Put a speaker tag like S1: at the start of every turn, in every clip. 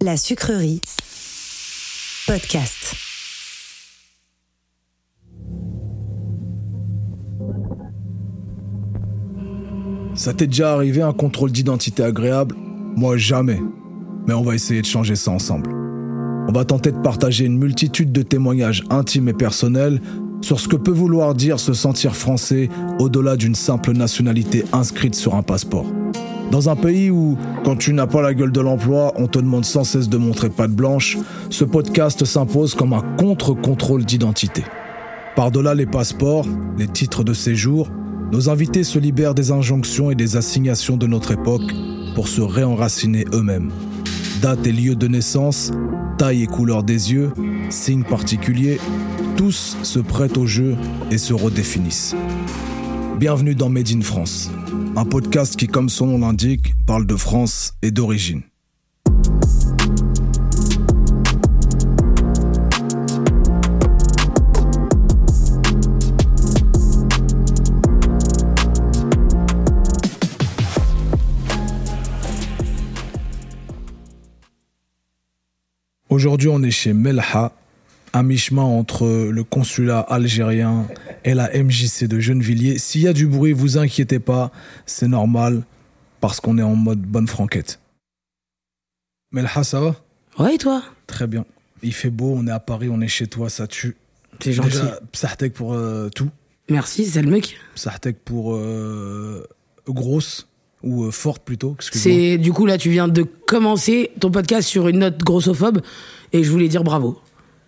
S1: La sucrerie. Podcast.
S2: Ça t'est déjà arrivé un contrôle d'identité agréable Moi jamais. Mais on va essayer de changer ça ensemble. On va tenter de partager une multitude de témoignages intimes et personnels sur ce que peut vouloir dire se sentir français au-delà d'une simple nationalité inscrite sur un passeport. Dans un pays où, quand tu n'as pas la gueule de l'emploi, on te demande sans cesse de montrer patte blanche, ce podcast s'impose comme un contre-contrôle d'identité. Par-delà les passeports, les titres de séjour, nos invités se libèrent des injonctions et des assignations de notre époque pour se réenraciner eux-mêmes. Date et lieu de naissance, taille et couleur des yeux, signes particuliers, tous se prêtent au jeu et se redéfinissent. Bienvenue dans Made in France, un podcast qui, comme son nom l'indique, parle de France et d'origine. Aujourd'hui, on est chez Melha, à mi-chemin entre le consulat algérien et la MJC de Gennevilliers. S'il y a du bruit, vous inquiétez pas, c'est normal, parce qu'on est en mode bonne franquette. Melha, ça va
S3: Ouais, et toi
S2: Très bien. Il fait beau, on est à Paris, on est chez toi, ça tue.
S3: T'es gentil.
S2: Déjà, Psartek pour euh, tout.
S3: Merci, c'est le mec.
S2: Psartek pour euh, grosse, ou euh, forte plutôt, excuse-moi.
S3: C'est du coup là, tu viens de commencer ton podcast sur une note grossophobe et je voulais dire bravo.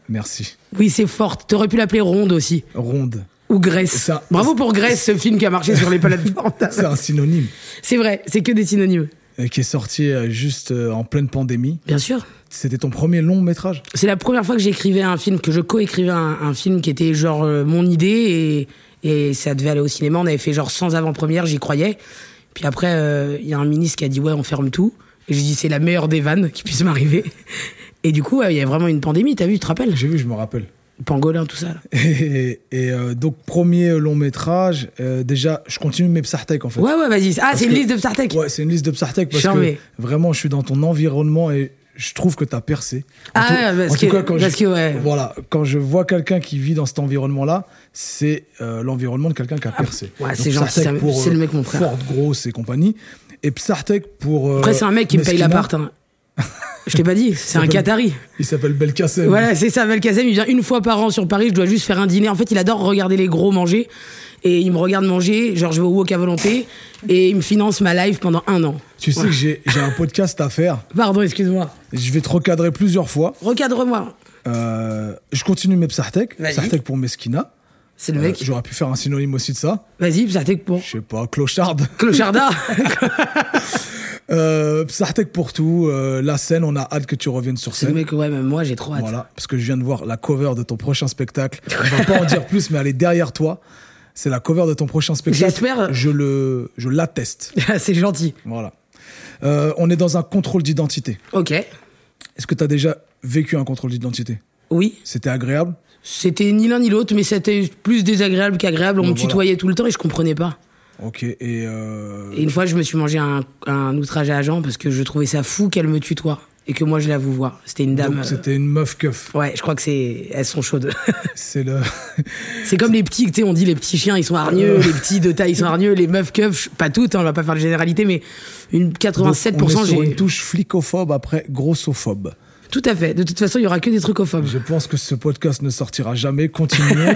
S2: Merci.
S3: Oui, c'est forte. T'aurais pu l'appeler Ronde aussi
S2: Ronde.
S3: ou Grèce.
S2: C'est un-
S3: Bravo pour Grèce, ce film qui a marché sur les plateformes.
S2: C'est un synonyme.
S3: c'est vrai, c'est que des synonymes.
S2: euh, qui est sorti euh, juste euh, en pleine pandémie.
S3: Bien sûr.
S2: C'était ton premier long métrage
S3: C'est la première fois que j'écrivais un film, que je co-écrivais un, un film qui était genre euh, mon idée et, et ça devait aller au cinéma. On avait fait genre sans avant-première, j'y croyais. Puis après, euh, il y a un ministre qui a dit ouais, on ferme tout. Et j'ai dit c'est la meilleure des vannes qui puisse m'arriver. Et du coup, ouais, il y a vraiment une pandémie, t'as vu, tu te rappelles
S2: J'ai vu, je me rappelle.
S3: Pangolin, tout ça. là.
S2: Et, et, euh, donc, premier long métrage, euh, déjà, je continue mes Psartek en fait.
S3: Ouais, ouais, vas-y. Ah,
S2: Parce
S3: c'est une
S2: que-
S3: liste de Psartek.
S2: Ouais, c'est une liste de Psartek parce
S3: Charmé.
S2: que vraiment, je suis dans ton environnement et je trouve que t'as percé. En
S3: Ah
S2: tout-
S3: ouais,
S2: en
S3: parce
S2: tout
S3: que-
S2: cas, quand
S3: parce
S2: je,
S3: que, ouais.
S2: Voilà, quand je vois quelqu'un qui vit dans cet environnement-là, c'est euh, l'environnement de quelqu'un qui a percé.
S3: Ah, ouais,
S2: Donc,
S3: c'est gentil,
S2: Psartek
S3: ça-
S2: pour,
S3: c'est le
S2: euh,
S3: mec, mon frère.
S2: Ford, Grosse et compagnie. Et Psartek pour. euh,
S3: Après, c'est un mec qui me paye
S2: Meskina.
S3: l'appart. hein. Je t'ai pas dit, c'est un
S2: pas-
S3: Qatari.
S2: Il s'appelle Belkacem.
S3: Voilà, c'est ça, Belkacem, il vient une fois par an sur Paris, je dois juste faire un dîner. En fait, il adore regarder les gros manger. Et il me regarde manger, genre je vais au wok à volonté, et il me finance ma live pendant un an.
S2: Tu sais que j'ai j'ai un podcast à faire.
S3: Pardon, excuse-moi.
S2: Je vais te recadrer plusieurs fois.
S3: Recadre-moi.
S2: Euh, je continue mes Psartek.
S3: Vas-y.
S2: Psartek pour Meskina.
S3: C'est le
S2: Euh,
S3: mec.
S2: J'aurais pu faire un synonyme aussi de ça.
S3: Vas-y, ça t'es pour.
S2: Je sais pas, clocharde.
S3: Clocharda.
S2: Euh, Psartek pour tout. euh, la scène, on a hâte que tu reviennes sur
S3: C'est le
S2: scène.
S3: mec, ouais, même moi j'ai trop hâte.
S2: Voilà, parce que je viens de voir la cover de ton prochain spectacle. On va pas en dire plus, mais elle est derrière toi. C'est la cover de ton prochain spectacle.
S3: J'espère.
S2: Je le, je l'atteste.
S3: c'est gentil.
S2: Voilà. Euh, on est dans un contrôle d'identité.
S3: Ok.
S2: Est-ce que tu as déjà vécu un contrôle d'identité
S3: Oui.
S2: C'était agréable
S3: C'était ni l'un ni l'autre, mais c'était plus désagréable qu'agréable. On
S2: Bon,
S3: me
S2: voilà.
S3: tutoyait tout le temps et je comprenais pas.
S2: Ok, et, euh,
S3: Et une fois, je me suis mangé un, un outrage à agent parce que je trouvais ça fou qu'elle me tutoie et que moi je la vous vois. C'était une dame.
S2: donc
S3: euh,
S2: c'était une meuf keuf.
S3: Ouais, je crois que c'est. Elles sont chaudes.
S2: C'est le.
S3: c'est comme les petits, tu sais, on dit les petits chiens, ils sont hargneux, les petits de taille, ils sont hargneux, les meufs keufs, pas toutes, hein, on va pas faire de généralité, mais une
S2: Donc,
S3: 87%,
S2: on est sur
S3: j'ai.
S2: une touche flicophobe après grossophobe.
S3: Tout à fait. De toute façon, il y aura que des trucs aux femmes.
S2: Je pense que ce podcast ne sortira jamais. Continuons.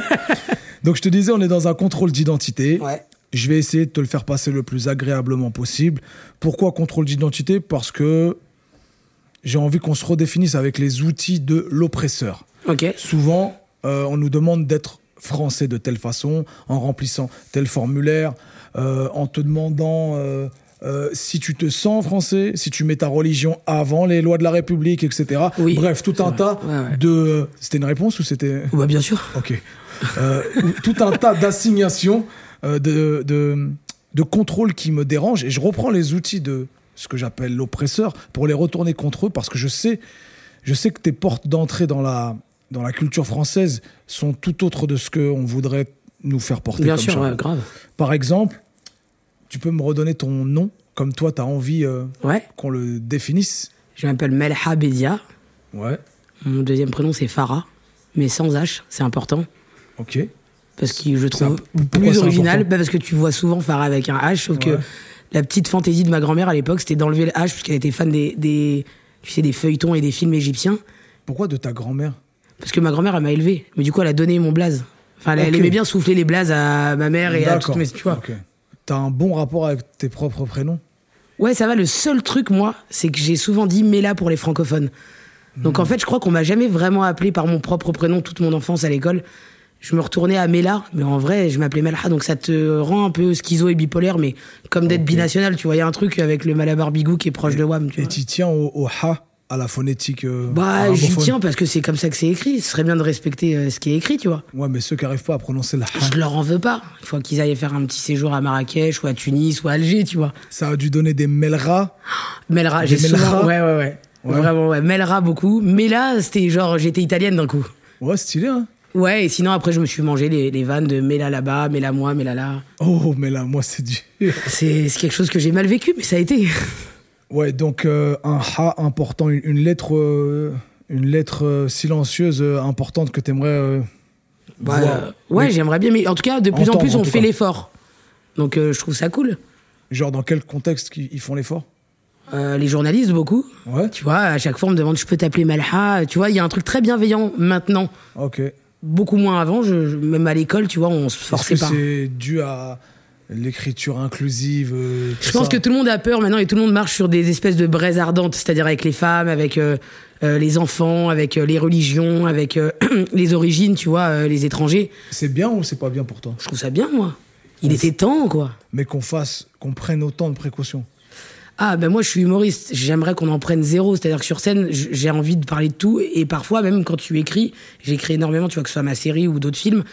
S2: Donc, je te disais, on est dans un contrôle d'identité.
S3: Ouais.
S2: Je vais essayer de te le faire passer le plus agréablement possible. Pourquoi contrôle d'identité Parce que j'ai envie qu'on se redéfinisse avec les outils de l'oppresseur.
S3: Ok.
S2: Souvent, euh, on nous demande d'être français de telle façon, en remplissant tel formulaire, euh, en te demandant euh, euh, si tu te sens français, si tu mets ta religion avant les lois de la République, etc.
S3: Oui.
S2: Bref, tout un tas
S3: Ouais, ouais.
S2: de... C'était une réponse ou c'était...
S3: Oh, bah, bien sûr.
S2: Ok. Euh, ou- tout un tas d'assignations, euh, de, de, de contrôles qui me dérangent. Et je reprends les outils de ce que j'appelle l'oppresseur pour les retourner contre eux parce que je sais, je sais que tes portes d'entrée dans la, dans la culture française sont tout autres de ce qu'on voudrait nous faire porter.
S3: Bien
S2: comme
S3: sûr,
S2: chapeau.
S3: ouais, grave.
S2: Par exemple, tu peux me redonner ton nom comme toi, tu as envie euh,
S3: Ouais.
S2: qu'on le définisse
S3: Je m'appelle Melha Bedia.
S2: Ouais,
S3: Mon deuxième prénom, c'est Farah, mais sans H, c'est important.
S2: ok.
S3: Parce que je
S2: C'est un-
S3: trouve
S2: pourquoi
S3: plus
S2: c'est
S3: original,
S2: important
S3: bah, parce que tu vois souvent Farah avec un H, sauf
S2: Ouais.
S3: que la petite fantaisie de ma grand-mère à l'époque, c'était d'enlever le H, parce qu'elle était fan des, des, tu sais, des feuilletons et des films égyptiens.
S2: Pourquoi de ta grand-mère
S3: Parce que ma grand-mère, elle m'a élevé. Mais du coup, elle a donné mon blaze. Enfin, elle, elle
S2: Ok.
S3: aimait bien souffler les blazes à ma mère et à toutes mes. Tu vois.
S2: ok. T'as un bon rapport avec tes propres prénoms
S3: Ouais, ça va. Le seul truc, moi, c'est que j'ai souvent dit Mela pour les francophones. Donc en fait, je crois qu'on m'a jamais vraiment appelé par mon propre prénom toute mon enfance à l'école. Je me retournais à Mela, mais en vrai, je m'appelais Melha. Donc ça te rend un peu schizo et bipolaire, mais comme d'être binational, tu vois. Il y a un truc avec le Malabar Bigou qui est proche de Wam, tu
S2: Et
S3: vois.
S2: t'y tiens au, au ha, à la phonétique euh,
S3: Bah, j'y
S2: arabophone.
S3: tiens parce que c'est comme ça que c'est écrit. Ce serait bien de respecter euh, ce qui est écrit, tu vois.
S2: Ouais, mais ceux qui arrivent pas à prononcer le ha,
S3: Je leur en veux pas. Il faut qu'ils aillent faire un petit séjour à Marrakech ou à Tunis ou à Alger, tu vois.
S2: ça a dû donner des melra.
S3: Melra,
S2: Des
S3: j'ai souvent...
S2: Melra
S3: Ouais, ouais, ouais.
S2: Ouais.
S3: Vraiment, ouais. Melra beaucoup. Mais là, c'était genre, j'étais italienne d'un coup.
S2: Ouais, stylé, hein
S3: Ouais, et sinon, après, je me suis mangé les, les vannes de Mela là-bas, Mela moi, Mela là.
S2: Oh, mais là, moi, c'est dur.
S3: C'est c'est quelque chose que j'ai mal vécu, mais ça a été.
S2: Ouais, donc euh, un ha important, une, une lettre, euh, une lettre euh, silencieuse euh, importante que t'aimerais. euh,
S3: Bah,
S2: voir.
S3: euh, ouais, j'aimerais bien. Mais en tout cas, de plus en,
S2: Entendre,
S3: plus,
S2: en
S3: on
S2: tout
S3: fait
S2: cas.
S3: l'effort. Donc, euh, je trouve ça cool.
S2: Genre, dans quel contexte qu'ils- ils font l'effort
S3: Euh, les journalistes, beaucoup.
S2: Ouais.
S3: Tu vois, à chaque fois, on me demande, je peux t'appeler Malha. Tu vois, il y a un truc très bienveillant maintenant.
S2: Ok.
S3: Beaucoup moins avant, je, je- même à l'école, tu vois, on se
S2: Est-ce
S3: forçait
S2: que
S3: pas.
S2: c'est dû à l'écriture inclusive euh, tout
S3: Je pense
S2: ça
S3: que tout le monde a peur maintenant et tout le monde marche sur des espèces de braises ardentes, c'est-à-dire avec les femmes, avec euh, euh, les enfants, avec euh, les religions, avec euh, les origines, tu vois, euh, les étrangers.
S2: C'est bien ou c'est pas bien pour toi
S3: Je trouve ça bien, moi. Il était temps, quoi.
S2: Mais qu'on fasse, qu'on prenne autant de précautions.
S3: Ah, ben moi, je suis humoriste. J'aimerais qu'on en prenne zéro. C'est-à-dire que sur scène, j- j'ai envie de parler de tout. Et parfois, même quand tu écris, j'écris énormément, tu vois, que ce soit ma série ou d'autres films.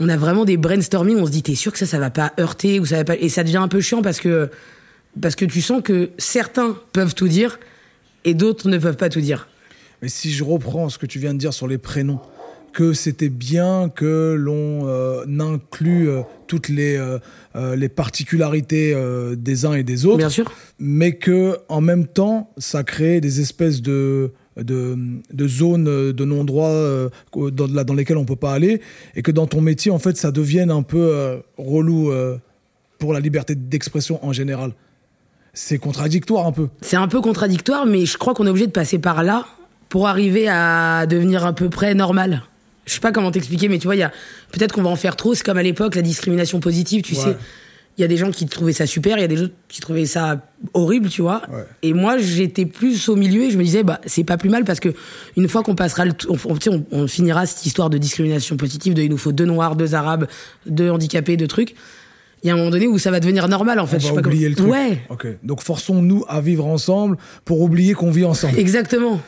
S3: On a vraiment des brainstorming. On se dit, t'es sûr que ça, ça va pas heurter ou ça va pas... Et ça devient un peu chiant parce que, parce que tu sens que certains peuvent tout dire et d'autres ne peuvent pas tout dire.
S2: Mais si je reprends ce que tu viens de dire sur les prénoms, que c'était bien que l'on euh, inclue euh, toutes les, euh, euh, les particularités euh, des uns et des autres,
S3: Bien sûr.
S2: mais que en même temps, ça crée des espèces de de, de zones euh, de non-droit euh, dans, la- dans lesquelles on peut pas aller, et que dans ton métier, en fait, ça devienne un peu euh, relou euh, pour la liberté d'expression en général. C'est contradictoire un peu.
S3: C'est un peu contradictoire, mais je crois qu'on est obligé de passer par là pour arriver à devenir à peu près normal. Je sais pas comment t'expliquer, mais tu vois, il y a peut-être qu'on va en faire trop. C'est comme à l'époque la discrimination positive, tu
S2: Ouais.
S3: sais. Il y a des gens qui trouvaient ça super, il y a des gens qui trouvaient ça horrible, tu vois.
S2: Ouais.
S3: Et moi, j'étais plus au milieu et je me disais, bah, c'est pas plus mal parce que une fois qu'on passera le, t- on, on- tu sais, on- on finira cette histoire de discrimination positive, de il nous faut deux noirs, deux arabes, deux handicapés, deux trucs. Il y a un moment donné où ça va devenir normal, en fait.
S2: On
S3: je
S2: va
S3: sais pas
S2: oublier
S3: comment-
S2: le truc.
S3: Ouais,
S2: Ok. Donc forçons-nous à vivre ensemble pour oublier qu'on vit ensemble.
S3: exactement.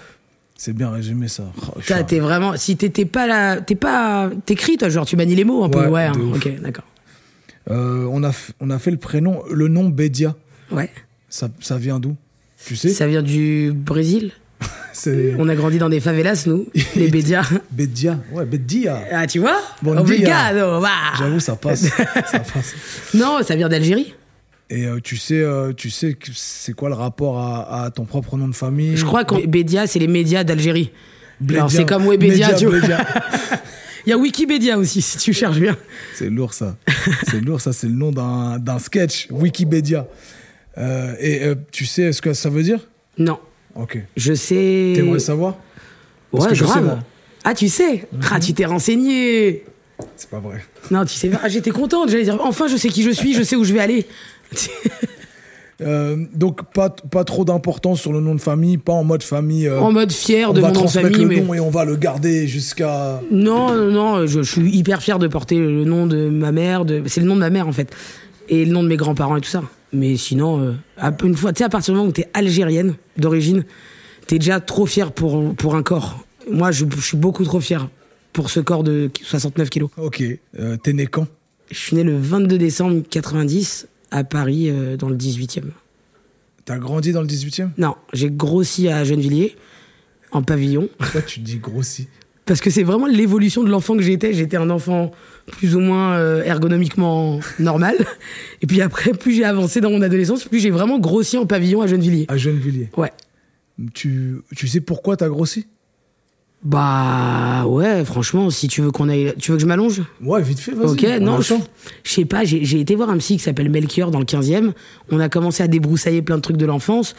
S2: C'est bien résumé ça. Oh, je suis
S3: T'as-
S2: un-
S3: T'es vraiment. Si t'étais pas là. T'es pas. T'écris, toi, genre, tu manies les mots un peu.
S2: Ouais,
S3: Ouais,
S2: de
S3: hein,
S2: ouf.
S3: ok, d'accord.
S2: Euh, on a f- on a fait le prénom, le nom Bédia.
S3: Ouais.
S2: Ça, ça vient d'où Tu sais
S3: Ça vient du Brésil.
S2: C'est
S3: On a grandi dans des favelas, nous, les Bédias.
S2: Bédia. Ouais, Bédia.
S3: Ah, tu vois
S2: Bon dia.
S3: Obrigado bah.
S2: J'avoue, ça passe. ça passe.
S3: Non, ça vient d'Algérie.
S2: Et euh, tu sais, euh, tu sais que c'est quoi le rapport à, à ton propre nom de famille
S3: Je crois que Bédia, c'est les médias d'Algérie.
S2: Bédia.
S3: Alors, c'est comme Webédia,
S2: Bédia,
S3: tu vois.
S2: Bédia.
S3: Il y a Wikibédia aussi, si tu cherches bien.
S2: C'est lourd ça. C'est lourd ça. C'est le nom d'un d'un sketch Wikipédia. Euh, et euh, tu sais ce que ça veut dire
S3: Non.
S2: Ok.
S3: Je sais.
S2: T'aimerais savoir Parce
S3: Ouais,
S2: que je sais,
S3: grave.
S2: moi. Mhm.
S3: ah, tu sais Ah, tu t'es renseigné
S2: C'est pas vrai.
S3: Non, tu sais pas. Ah, J'étais contente. J'allais dire, enfin, je sais qui je suis, je sais où je vais aller.
S2: Euh, donc pas pas trop d'importance sur le nom de famille, pas en mode famille. euh,
S3: en mode fier
S2: on
S3: de
S2: va
S3: mon nom de
S2: transmettre
S3: famille.
S2: le
S3: Mais...
S2: nom et on va le garder jusqu'à.
S3: Non, non, non, je, je suis hyper fier de porter le nom de ma mère. De... C'est le nom de ma mère, en fait. Et le nom de mes grands-parents et tout ça. Mais sinon, euh, à- une fois, tu sais, à partir du moment où t'es algérienne d'origine, t'es déjà trop fier pour, pour un corps. Moi, je, je suis beaucoup trop fier pour ce corps de 69 kilos.
S2: Ok. Euh, T'es né quand
S3: Je suis né le 22 décembre 90 à Paris, euh, dans le 18e.
S2: T'as grandi dans le 18e
S3: Non, j'ai grossi à Gennevilliers, en pavillon.
S2: Pourquoi tu dis grossi
S3: Parce que c'est vraiment l'évolution de l'enfant que j'étais. J'étais un enfant plus ou moins euh, ergonomiquement normal. Et puis après, plus j'ai avancé dans mon adolescence, plus j'ai vraiment grossi en pavillon à Gennevilliers.
S2: À Gennevilliers.
S3: Ouais.
S2: Tu, tu sais pourquoi t'as grossi
S3: Bah ouais, franchement, si tu veux qu'on aille, tu veux que je m'allonge
S2: Ouais, vite fait, vas-y.
S3: Ok,
S2: on
S3: non, je
S2: attend.
S3: je sais pas, j'ai j'ai été voir un psy qui s'appelle Melchior dans le 15e. On a commencé à débroussailler plein de trucs de l'enfance.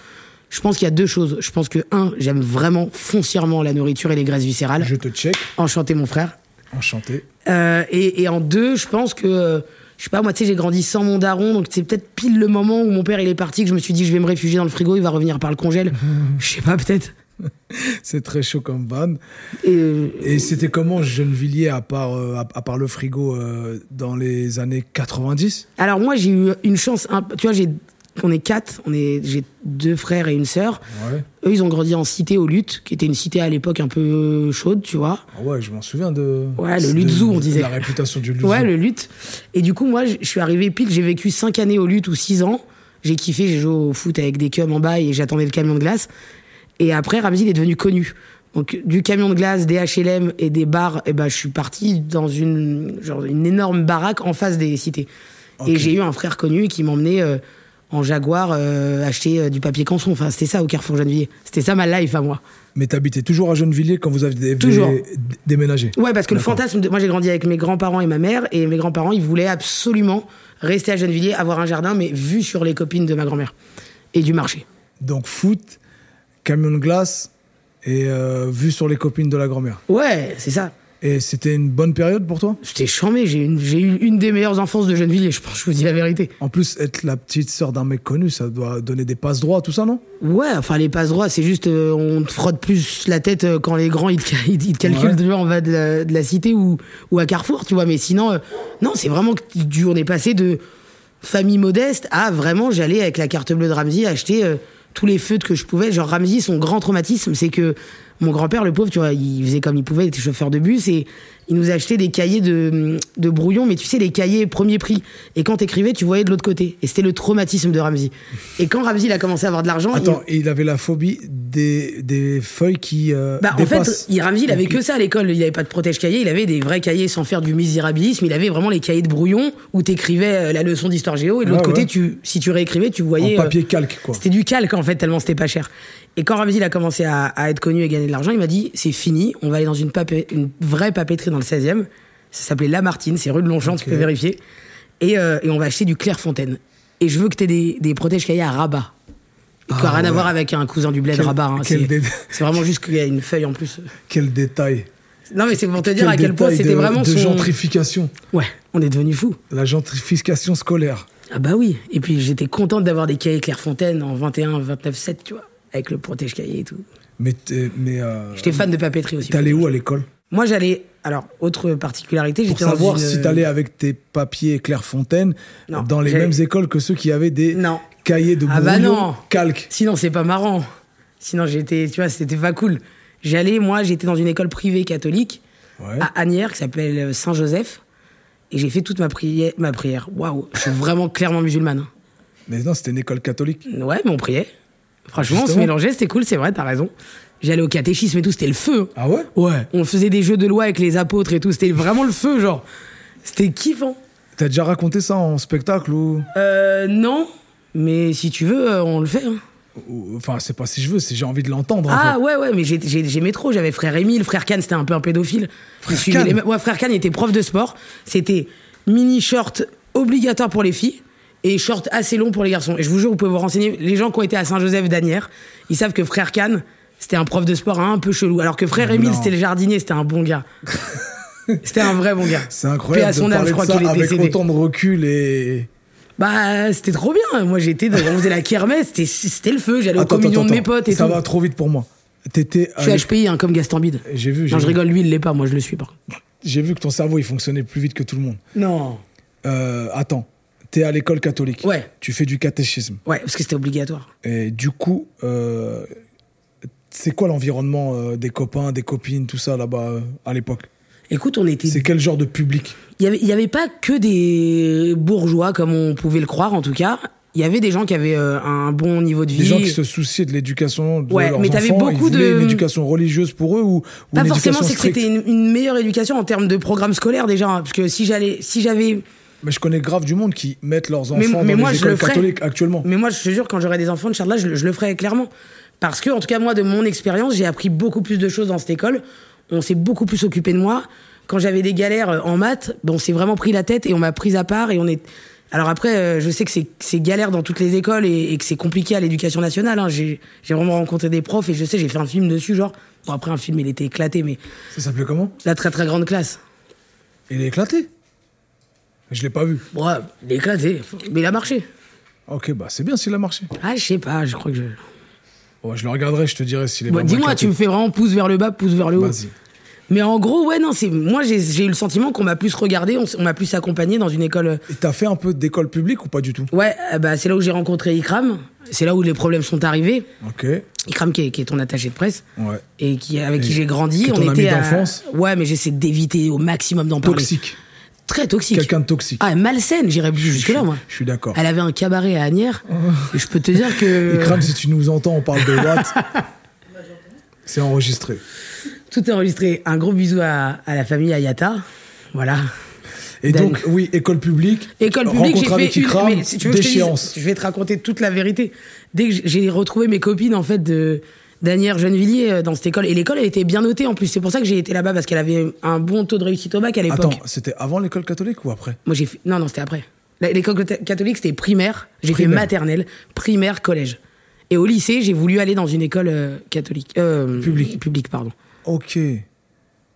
S3: Je pense qu'il y a deux choses. Je pense que, un, j'aime vraiment foncièrement la nourriture et les graisses viscérales.
S2: Je te check.
S3: Enchanté, mon frère.
S2: Enchanté.
S3: Euh, et, et en deux, je pense que, euh, je sais pas, moi, tu sais, j'ai grandi sans mon daron, donc c'est peut-être pile le moment où mon père il est parti que je me suis dit, je vais me réfugier dans le frigo, il va revenir par le congèle. je sais pas, peut-être.
S2: C'est très chaud comme van.
S3: Et, euh,
S2: Et c'était comment Gennevilliers à part, euh, à, à part le frigo euh, dans les années 90
S3: Alors moi j'ai eu une chance, un- tu vois, j'ai, on est quatre, on est, j'ai deux frères et une sœur.
S2: Ouais.
S3: Eux ils ont grandi en cité au Lutte, qui était une cité à l'époque un peu chaude, tu vois.
S2: Ah ouais, je m'en souviens de.
S3: Ouais, le
S2: de-
S3: Lutzou, on disait.
S2: La réputation du Lutzou.
S3: Ouais, le Lutte. Et du coup moi je je suis arrivé pile, j'ai vécu cinq années au Lutte ou six ans. J'ai kiffé, j'ai joué au foot avec des cums en bas et j'attendais le camion de glace. Et après Ramsey il est devenu connu. Donc du camion de glace, des HLM et des bars, et ben je suis parti dans une genre une énorme baraque en face des cités.
S2: Ok.
S3: Et j'ai eu un frère connu qui m'emmenait euh, en Jaguar euh, acheter euh, du papier canson. Enfin, c'était ça au Carrefour Gennevilliers. C'était ça ma life à moi.
S2: Mais t'habitais toujours à Gennevilliers quand vous avez dé-
S3: Toujours.
S2: dé- déménagé
S3: Ouais, parce que le
S2: D'accord.
S3: fantasme. De... Moi, j'ai grandi avec mes grands-parents et ma mère, et mes grands-parents, ils voulaient absolument rester à Gennevilliers, avoir un jardin, mais vu sur les copines de ma grand-mère et du marché.
S2: Donc foot, camion de glace et euh, vue sur les copines de la grand-mère.
S3: Ouais, c'est ça.
S2: Et c'était une bonne période pour toi
S3: C'était charmé. J'ai une- j'ai eu une des meilleures enfances de Gennevilliers. Je pense, je vous dis la vérité.
S2: En plus, être la petite sœur d'un mec connu, ça doit donner des passes droits, tout ça, non
S3: Ouais, enfin les passes droits, c'est juste euh, on te frotte plus la tête euh, quand les grands ils te, ca- ils te- ils te calculent
S2: Ouais.
S3: tu vois, en bas de la, de la cité ou, ou à Carrefour, tu vois. Mais sinon, euh, non, c'est vraiment que du, on est passé de famille modeste à vraiment j'allais avec la carte bleue de Ramsey acheter euh, tous les feux que je pouvais. Genre Ramsey, son grand traumatisme, c'est que mon grand-père, le pauvre, tu vois, il faisait comme il pouvait, il était chauffeur de bus et il nous achetait des cahiers de, de brouillon, mais tu sais, les cahiers premier prix. Et quand t'écrivais, tu voyais de l'autre côté. Et c'était le traumatisme de Ramsey. Et quand Ramsey, il a commencé à avoir de l'argent, Ah, il-
S2: Attends, et il avait la phobie des, des feuilles qui euh,
S3: bah, en fait,
S2: dépassent.
S3: il- Ramsey, il avait que ça à l'école. Il avait pas de protège-cahier, il avait des vrais cahiers sans faire du misérabilisme. Il avait vraiment les cahiers de brouillon où t'écrivais euh, la leçon d'histoire géo. Et de
S2: Ah
S3: l'autre côté,
S2: ouais.
S3: tu, si tu réécrivais, tu
S2: en
S3: voyais. euh,
S2: papier calque, quoi.
S3: c'était du calque en fait, tellement c'était pas cher. Et quand Ramsey il a commencé à, à être connu et gagner de l'argent, il m'a dit c'est fini, on va aller dans une, papé- une vraie papeterie dans le 16e. Ça s'appelait Lamartine, c'est rue de Longchamp, tu
S2: Ok.
S3: peux vérifier. Et, euh, et on va acheter du Clairefontaine. Et je veux que t'aies des, des protèges cahiers à rabat. Et qui n'a
S2: Ah
S3: rien à
S2: ouais.
S3: voir avec un cousin du bled
S2: Quel-
S3: rabat. hein.
S2: quel
S3: C'est
S2: dé-
S3: c'est vraiment juste qu'il y a une feuille en plus.
S2: Quel détail.
S3: Non, mais c'est pour te dire à quel
S2: détail
S3: point c'était
S2: de-
S3: vraiment
S2: de
S3: son.
S2: gentrification.
S3: Ouais, on est devenu fou.
S2: La gentrification scolaire.
S3: Ah bah oui. Et puis j'étais contente d'avoir des cahiers Clairefontaine en 21, 29, 7, tu vois, avec le protège cahier et tout.
S2: Mais t'es- mais euh,
S3: J'étais fan de papeterie aussi.
S2: t'allais où à l'école
S3: Moi j'allais. Alors autre particularité,
S2: Pour
S3: j'étais dans
S2: savoir
S3: une- euh,
S2: si t'allais avec tes papiers Clairefontaine
S3: Non,
S2: dans les
S3: j'ai-
S2: mêmes écoles que ceux qui avaient des
S3: Non.
S2: cahiers de
S3: Ah bah
S2: brouillon
S3: non.
S2: calque.
S3: Sinon c'est pas marrant. Sinon j'étais, tu vois, c'était pas cool. J'allais, moi j'étais dans une école privée catholique
S2: Ouais.
S3: à Agnières qui s'appelle euh, Saint-Joseph. Et j'ai fait toute ma prière. Ma prière. Waouh, je suis vraiment clairement musulmane. hein.
S2: Mais non, c'était une école catholique.
S3: Ouais, mais on priait. Franchement, on se
S2: Justement.
S3: mélangeait, c'était cool, c'est vrai, t'as raison. J'allais au catéchisme et tout, c'était le feu. hein.
S2: Ah ouais
S3: Ouais. On faisait des jeux de loi avec les apôtres et tout, c'était vraiment le feu, genre. C'était kiffant.
S2: T'as déjà raconté ça en spectacle ou
S3: Euh, non, mais si tu veux, euh, on le fait. hein.
S2: ou- Enfin, c'est pas si je veux, c'est j'ai envie de l'entendre. en
S3: Ah
S2: fait.
S3: ouais, ouais, mais j'ai- j'ai- j'aimais trop. J'avais frère Émile, frère Khan, c'était un peu un pédophile. Je
S2: Frère
S3: suivais
S2: Khan
S3: les mêmes- Ouais, frère Khan était prof de sport. C'était mini short obligatoire pour les filles et short assez long pour les garçons. Et je vous jure, vous pouvez vous renseigner. Les gens qui ont été à Saint-Joseph d'Anières, ils savent que frère Khan, c'était un prof de sport un peu chelou. Alors que frère Émile,
S2: Non.
S3: c'était le jardinier, c'était un bon gars. c'était un vrai bon gars.
S2: C'est
S3: Paix à
S2: incroyable de
S3: son âme,
S2: parler
S3: je crois
S2: de
S3: qu'il est
S2: ça avec
S3: décédé.
S2: autant de recul et
S3: Bah, c'était trop bien. Moi, j'étais dans, on faisait la kermesse, c'était, c'était le feu. J'allais aux
S2: Attends,
S3: communions
S2: attends,
S3: de mes
S2: attends.
S3: potes et
S2: ça
S3: tout.
S2: va trop vite pour moi. T'étais à
S3: Je
S2: l'é-
S3: suis HPI, hein, comme Gastambide.
S2: J'ai vu, j'ai
S3: Non, je
S2: vu.
S3: rigole, lui, il l'est pas, moi, je le suis, par contre.
S2: J'ai vu que ton cerveau il fonctionnait plus vite que tout le monde.
S3: Non.
S2: Euh, attends, t'es à l'école catholique.
S3: Ouais.
S2: Tu fais du catéchisme.
S3: Ouais, parce que c'était obligatoire.
S2: Et du coup, euh, c'est quoi l'environnement euh, des copains, des copines, tout ça là-bas euh, à l'époque
S3: Écoute, on était.
S2: C'est quel genre de public
S3: Il y avait, il y avait pas que des bourgeois, comme on pouvait le croire, en tout cas. Il y avait des gens qui avaient euh, un bon niveau de vie.
S2: Des gens qui se souciaient de l'éducation de
S3: Ouais,
S2: leurs
S3: mais t'avais
S2: enfants,
S3: beaucoup
S2: ils voulaient
S3: de-
S2: une éducation religieuse pour eux ou, ou
S3: Pas
S2: une
S3: forcément,
S2: éducation
S3: c'est que
S2: stricte
S3: c'était une, une meilleure éducation en termes de programme scolaire, déjà. hein, parce que si j'allais. Si j'avais.
S2: Mais je connais grave du monde qui mettent leurs enfants
S3: mais
S2: dans
S3: moi,
S2: les
S3: je
S2: écoles
S3: le ferais.
S2: catholiques actuellement.
S3: Mais moi, je te jure, quand j'aurai des enfants de Charles, là, je, le- je le ferai clairement. Parce que, en tout cas, moi, de mon expérience, j'ai appris beaucoup plus de choses dans cette école. On s'est beaucoup plus occupé de moi. Quand j'avais des galères en maths, ben, on s'est vraiment pris la tête et on m'a prise à part et on est. Alors après, euh, je sais que c'est- c'est galère dans toutes les écoles et, et que c'est compliqué à l'éducation nationale. hein. J'ai j'ai vraiment rencontré des profs et je sais, j'ai fait un film dessus, genre. Bon, après, un film, il était éclaté, mais
S2: Ça s'appelait comment
S3: la très très grande classe.
S2: Il est éclaté. Je l'ai pas vu.
S3: Bon, ouais, il est éclaté, mais il a marché.
S2: Ok, bah c'est bien s'il a marché.
S3: Ah, je sais pas, je crois que je.
S2: Ouais, je le regarderai, je te dirai s'il est
S3: Bon,
S2: vraiment
S3: Bah, Dis-moi,
S2: éclaté.
S3: tu me fais vraiment pouce vers le bas, pouce vers le haut.
S2: Vas-y.
S3: Mais en gros, ouais, non, c'est moi j'ai j'ai eu le sentiment qu'on m'a plus regardé, on, s- on m'a plus accompagné dans une école. euh,
S2: Et t'as fait un peu d'école publique ou pas du tout
S3: Ouais, euh, bah c'est là où j'ai rencontré Ikram, c'est là où les problèmes sont arrivés.
S2: Ok, ouais.
S3: Ikram qui est, qui est ton attaché de presse et qui avec
S2: Et
S3: qui j'ai grandi,
S2: que ton
S3: on
S2: ami
S3: était à-
S2: d'enfance.
S3: Ouais, mais j'essaie d'éviter au maximum d'en parler.
S2: Toxique.
S3: Très toxique.
S2: Quelqu'un de toxique.
S3: Ah, malsaine, j'irais plus jusque là
S2: suis-
S3: moi.
S2: je suis d'accord.
S3: Elle Euh. avait un cabaret à Agnières. et je peux te dire que
S2: Ikram, si tu nous entends, on parle de Watt. c'est enregistré.
S3: tout est enregistré. Un gros bisou à, à la famille Ayata. Voilà.
S2: Et
S3: Dan.
S2: donc, oui, école publique.
S3: École publique, j'ai
S2: rencontre
S3: fait
S2: avec
S3: une,
S2: Ikram,
S3: mais si tu veux que je te dise,
S2: déchéance.
S3: je vais te raconter toute la vérité. Dès que j'ai retrouvé mes copines en fait de d'Anière Gennevilliers euh, dans cette école et l'école elle était bien notée en plus, c'est pour ça que j'ai été là-bas parce qu'elle avait un bon taux de réussite au bac à l'époque.
S2: Attends, c'était avant l'école catholique ou après
S3: Moi j'ai fait non non, c'était après. La- L'école cat- catholique c'était primaire, j'ai fait
S2: Primaire.
S3: maternelle, primaire, collège. Et au lycée, j'ai voulu aller dans une école euh, catholique euh,
S2: Publique.
S3: publique pardon.
S2: Ok.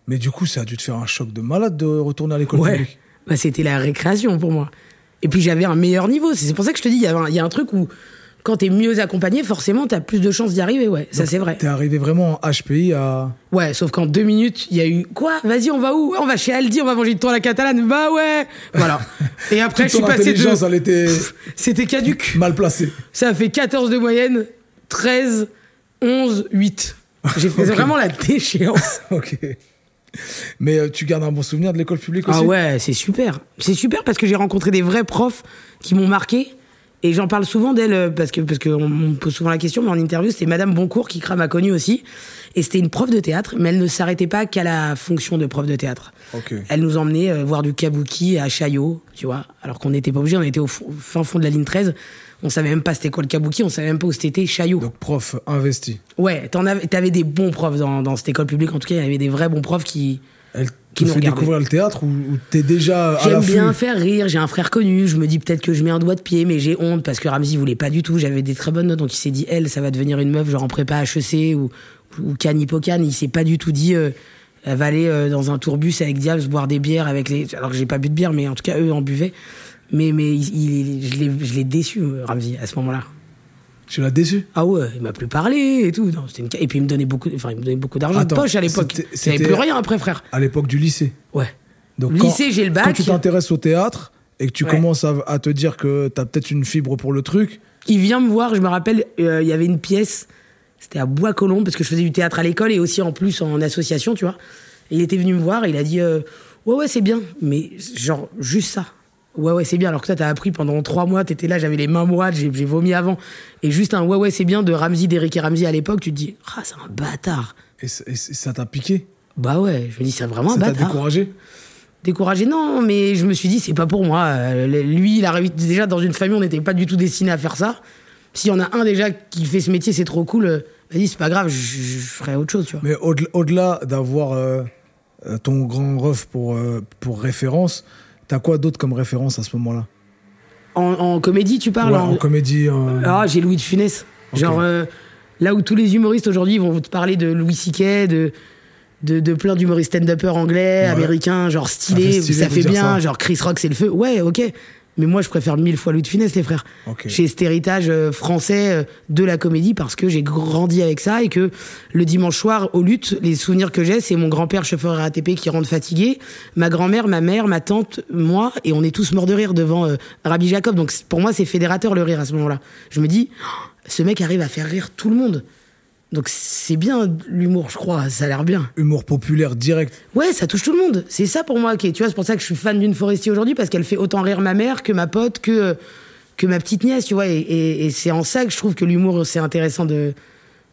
S2: Mais du coup, ça a dû te faire un choc de malade de retourner à l'école publique.
S3: Bah, c'était la récréation pour moi. Et puis j'avais un meilleur niveau. C'est c'est pour ça que je te dis, il y, avait un- il y a un truc où quand t'es mieux accompagné, forcément, t'as plus de chances d'y arriver. Ouais, ça
S2: Donc,
S3: c'est vrai.
S2: T'es arrivé vraiment en HPI à.
S3: Ouais, sauf qu'en deux minutes, il y a eu quoi Vas-y, on va où On va chez Aldi, on va manger du tour à la catalane. Bah ouais. Voilà. Et après,
S2: Toute
S3: je suis
S2: ton
S3: passé de.
S2: intelligence, elle était
S3: C'était caduc.
S2: mal placée.
S3: Ça a fait 14 de moyenne, 13, 11, 8. J'ai fait
S2: Ok.
S3: vraiment la déchéance.
S2: ok. Mais euh, tu gardes un bon souvenir de l'école publique aussi
S3: Ah ouais, c'est super. C'est super parce que j'ai rencontré des vrais profs qui m'ont marqué. Et j'en parle souvent d'elle euh, parce que parce qu'on me pose souvent la question, mais en interview, c'était Madame Boncourt qui crame a connu aussi. Et c'était une prof de théâtre, mais elle ne s'arrêtait pas qu'à la fonction de prof de théâtre.
S2: Ok.
S3: Elle nous emmenait euh, voir du kabuki à Chaillot, tu vois. Alors qu'on n'était pas obligé, on était au fo- fin fond de la ligne 13. On savait même pas c'était quoi le kabuki, on savait même pas où c'était Chaillot.
S2: Donc, prof investi.
S3: Ouais, t'en avais, t'avais des bons profs dans, dans cette école publique. En tout cas, il y avait des vrais bons profs qui,
S2: Elle te
S3: Qui nous
S2: fait
S3: regardait.
S2: découvrir le théâtre ou, ou t'es déjà à
S3: J'aime
S2: l'affût
S3: bien faire rire, j'ai un frère connu, je me dis peut-être que je mets un doigt de pied, mais j'ai honte parce que Ramsey voulait pas du tout, j'avais des très bonnes notes, donc il s'est dit, elle, ça va devenir une meuf, genre en prépa HEC ou, ou Can Hippocane, il s'est pas du tout dit, euh, elle va aller euh, dans un tourbus avec Diabs, boire des bières avec les. Alors que j'ai pas bu de bière, mais en tout cas, eux en buvaient. Mais, mais il, il- je l'ai- je l'ai déçu, euh, Ramsey, à ce moment-là.
S2: Tu l'as déçu
S3: Ah ouais, il m'a plus parlé et tout. Non, c'était une... ca- Et puis il me donnait beaucoup, enfin, il me donnait beaucoup d'argent de
S2: Attends,
S3: poche à l'époque.
S2: c'était-
S3: J'avais
S2: c'était-
S3: plus rien après, frère.
S2: à l'époque du lycée.
S3: Ouais.
S2: Donc,
S3: Lycée,
S2: quand-
S3: j'ai le bac.
S2: Quand tu t'intéresses au théâtre et que tu
S3: Ouais.
S2: commences à, à te dire que t'as peut-être une fibre pour le truc,
S3: Il vient me voir, je me rappelle, euh, il y avait une pièce, c'était à Bois-Colombes, parce que je faisais du théâtre à l'école et aussi en plus en association, tu vois. Et il était venu me voir, il a dit euh, Ouais, ouais, c'est bien, mais genre juste ça. Ouais, ouais, c'est bien. Alors que toi, t'as appris pendant trois mois, t'étais là, j'avais les mains moites, j'ai j'ai vomi avant. Et juste un Ouais, ouais, c'est bien de Ramsey, d'Eric et Ramsey à l'époque, tu te dis Ah, c'est un bâtard.
S2: et, c- et c- ça t'a piqué
S3: Bah ouais, je me dis, c'est vraiment un
S2: Ça t'a
S3: bâtard.
S2: découragé
S3: Découragé, non, mais je me suis dit, c'est pas pour moi. Euh, Lui, il a réussi. Déjà, dans une famille, on n'était pas du tout destiné à faire ça. S'il y en a un déjà qui fait ce métier, c'est trop cool. euh, Vas-y, c'est pas grave, je, je- je ferai autre chose, tu vois.
S2: Mais au-delà- au-delà d'avoir euh, euh, ton grand ref pour, euh, pour référence, t'as quoi d'autre comme référence à ce moment-là
S3: En, en comédie, tu parles
S2: Ouais,
S3: en-
S2: En comédie. en-
S3: Ah, j'ai Louis de Funès. Genre, euh, là où tous les humoristes aujourd'hui vont te parler de Louis C.K., de, de, de plein d'humoristes stand-uppers anglais,
S2: Ouais.
S3: américains, genre
S2: Ça
S3: stylé,
S2: fait
S3: ça
S2: stylé
S3: fait,
S2: de dire
S3: bien,
S2: ça.
S3: genre Chris Rock, c'est le feu. Ouais, ok. Mais moi, je préfère mille fois Louis de Funès, les frères.
S2: Ok.
S3: J'ai cet héritage euh, français euh, de la comédie parce que j'ai grandi avec ça et que le dimanche soir, aux luttes, les souvenirs que j'ai, c'est mon grand-père chauffeur RATP qui rentre fatigué, ma grand-mère, ma mère, ma tante, moi, et on est tous morts de rire devant euh, Rabbi Jacob. Donc c'est- pour moi, c'est fédérateur le rire à ce moment-là. Je me dis, Oh, ce mec arrive à faire rire tout le monde. Donc c'est bien l'humour, je crois, ça a l'air bien.
S2: Humour populaire direct.
S3: Ouais, ça touche tout le monde. C'est ça pour moi. qui- Tu vois, c'est pour ça que je suis fan d'une Forestier aujourd'hui parce qu'elle fait autant rire ma mère que ma pote que euh, que ma petite nièce. Tu vois, et, et- et c'est en ça que je trouve que l'humour c'est intéressant de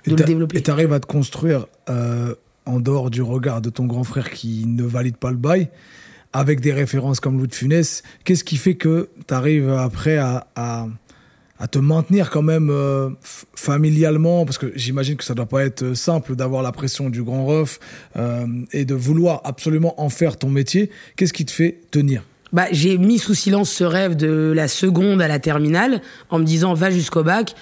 S2: Et
S3: de le
S2: t'a-
S3: développer.
S2: Et t'arrives à te construire euh, en dehors du regard de ton grand frère qui ne valide pas le bail, avec des références comme Louis de Funès. Qu'est-ce qui fait que t'arrives après à, à, à te maintenir quand même euh, familialement parce que j'imagine que ça doit pas être euh, simple d'avoir la pression du grand ref euh, et de vouloir absolument en faire ton métier. Qu'est-ce qui te fait tenir
S3: bah, j'ai mis sous silence ce rêve de la seconde à la terminale en me disant va jusqu'au bac,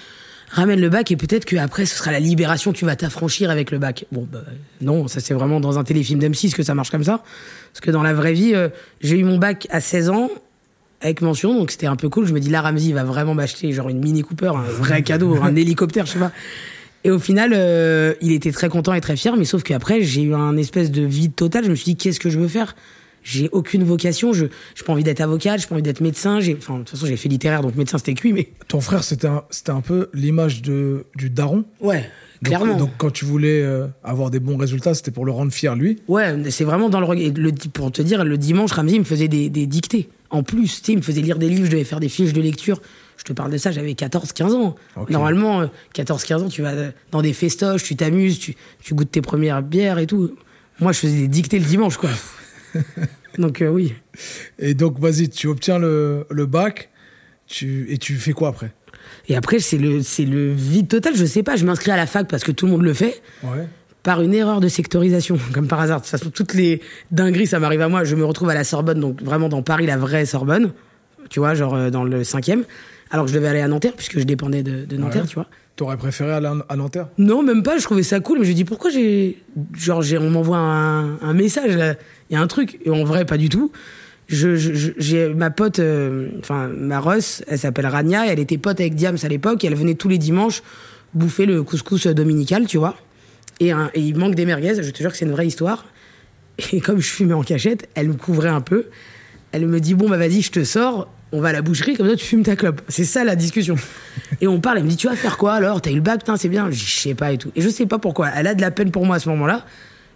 S3: ramène le bac et peut-être qu'après ce sera la libération, tu vas t'affranchir avec le bac. Bon, bah, non, ça c'est vraiment dans un téléfilm d'M6 que ça marche comme ça. Parce que dans la vraie vie, euh, j'ai eu mon bac à 16 ans avec mention, donc c'était un peu cool. Je me dis là, Ramsey va vraiment m'acheter genre une Mini Cooper, un vrai cadeau, un hélicoptère, je sais pas. Et au final, euh, il était très content et très fier, mais sauf qu'après, j'ai eu un espèce de vide total. Je me suis dit, qu'est-ce que je veux faire j'ai aucune vocation, je j'ai pas envie d'être avocate, j'ai pas envie d'être médecin, j'ai enfin de toute façon j'ai fait littéraire donc médecin c'était cuit mais
S2: Ton frère, c'était un, c'était un peu l'image de du daron.
S3: ouais,
S2: Donc-
S3: clairement.
S2: Donc, quand tu voulais euh, avoir des bons résultats, c'était pour le rendre fier lui.
S3: Ouais, mais c'est vraiment dans le regard. Et le di- Pour te dire, le dimanche, Ramsey me faisait des, des dictées. En plus, tu sais, il me faisait lire des livres, je devais faire des fiches de lecture. Je te parle de ça, j'avais 14-15 ans.
S2: Ok.
S3: Normalement, euh, 14-15 ans, tu vas euh, dans des festoches, tu t'amuses, tu, tu goûtes tes premières bières et tout. Moi, je faisais des dictées le dimanche, quoi. Donc, euh, oui.
S2: Et donc vas-y, tu obtiens le, le bac, tu et tu fais quoi après
S3: Et après, c'est le, c'est le vide total, je sais pas. Je m'inscris à la fac parce que tout le monde le fait.
S2: Ouais.
S3: par une erreur de sectorisation, comme par hasard. De toute façon, toutes les dingueries, ça m'arrive à moi. Je me retrouve à la Sorbonne, donc vraiment dans Paris, la vraie Sorbonne. Tu vois, genre euh, dans le cinquième. Alors que je devais aller à Nanterre, puisque je dépendais de, de Nanterre,
S2: Ouais.
S3: tu vois.
S2: T'aurais préféré aller à- à Nanterre
S3: Non, même pas, je trouvais ça cool, mais je dis pourquoi j'ai. Genre, j'ai- on m'envoie un, un message, là. il y a un truc. Et en vrai, pas du tout. Je, je- je- j'ai ma pote, euh, enfin, ma Russ, elle s'appelle Rania, et elle était pote avec Diams à l'époque, et elle venait tous les dimanches bouffer le couscous dominical, tu vois. Et, un- et il manque des merguez, je te jure que c'est une vraie histoire. Et comme je fumais en cachette, elle me couvrait un peu. Elle me dit Bon, bah vas-y, je te sors, on va à la boucherie, comme ça tu fumes ta clope. C'est ça la discussion. et on parle, elle me dit Tu vas faire quoi alors T'as eu le bac, putain, c'est bien. Je dis, Je sais pas et tout. Et je sais pas pourquoi. Elle a de la peine pour moi à ce moment-là.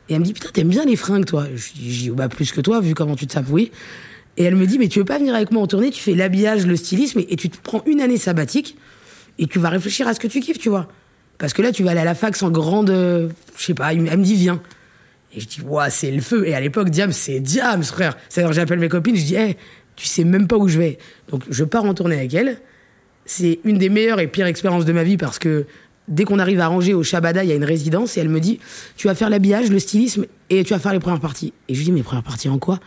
S3: Et elle me dit Putain, t'aimes bien les fringues, toi Je dis Je dis, Bah plus que toi, vu comment tu te sapes, oui. Et elle me dit Mais tu veux pas venir avec moi en tournée Tu fais l'habillage, le stylisme, et, et tu te prends une année sabbatique, et tu vas réfléchir à ce que tu kiffes, tu vois. Parce que là, tu vas aller à la fac sans grande. euh, je sais pas, elle me dit Viens. Et je dis, ouah, c'est le feu. Et à l'époque, Diams, c'est Diams, frère. C'est-à-dire, j'appelle mes copines, je dis, hé, tu sais même pas où je vais. Donc, je pars en tournée avec elle. C'est une des meilleures et pires expériences de ma vie parce que dès qu'on arrive à ranger au Shabada, il y a une résidence et elle me dit, tu vas faire l'habillage, le stylisme et tu vas faire les premières parties. Et je lui dis, mais premières parties en quoi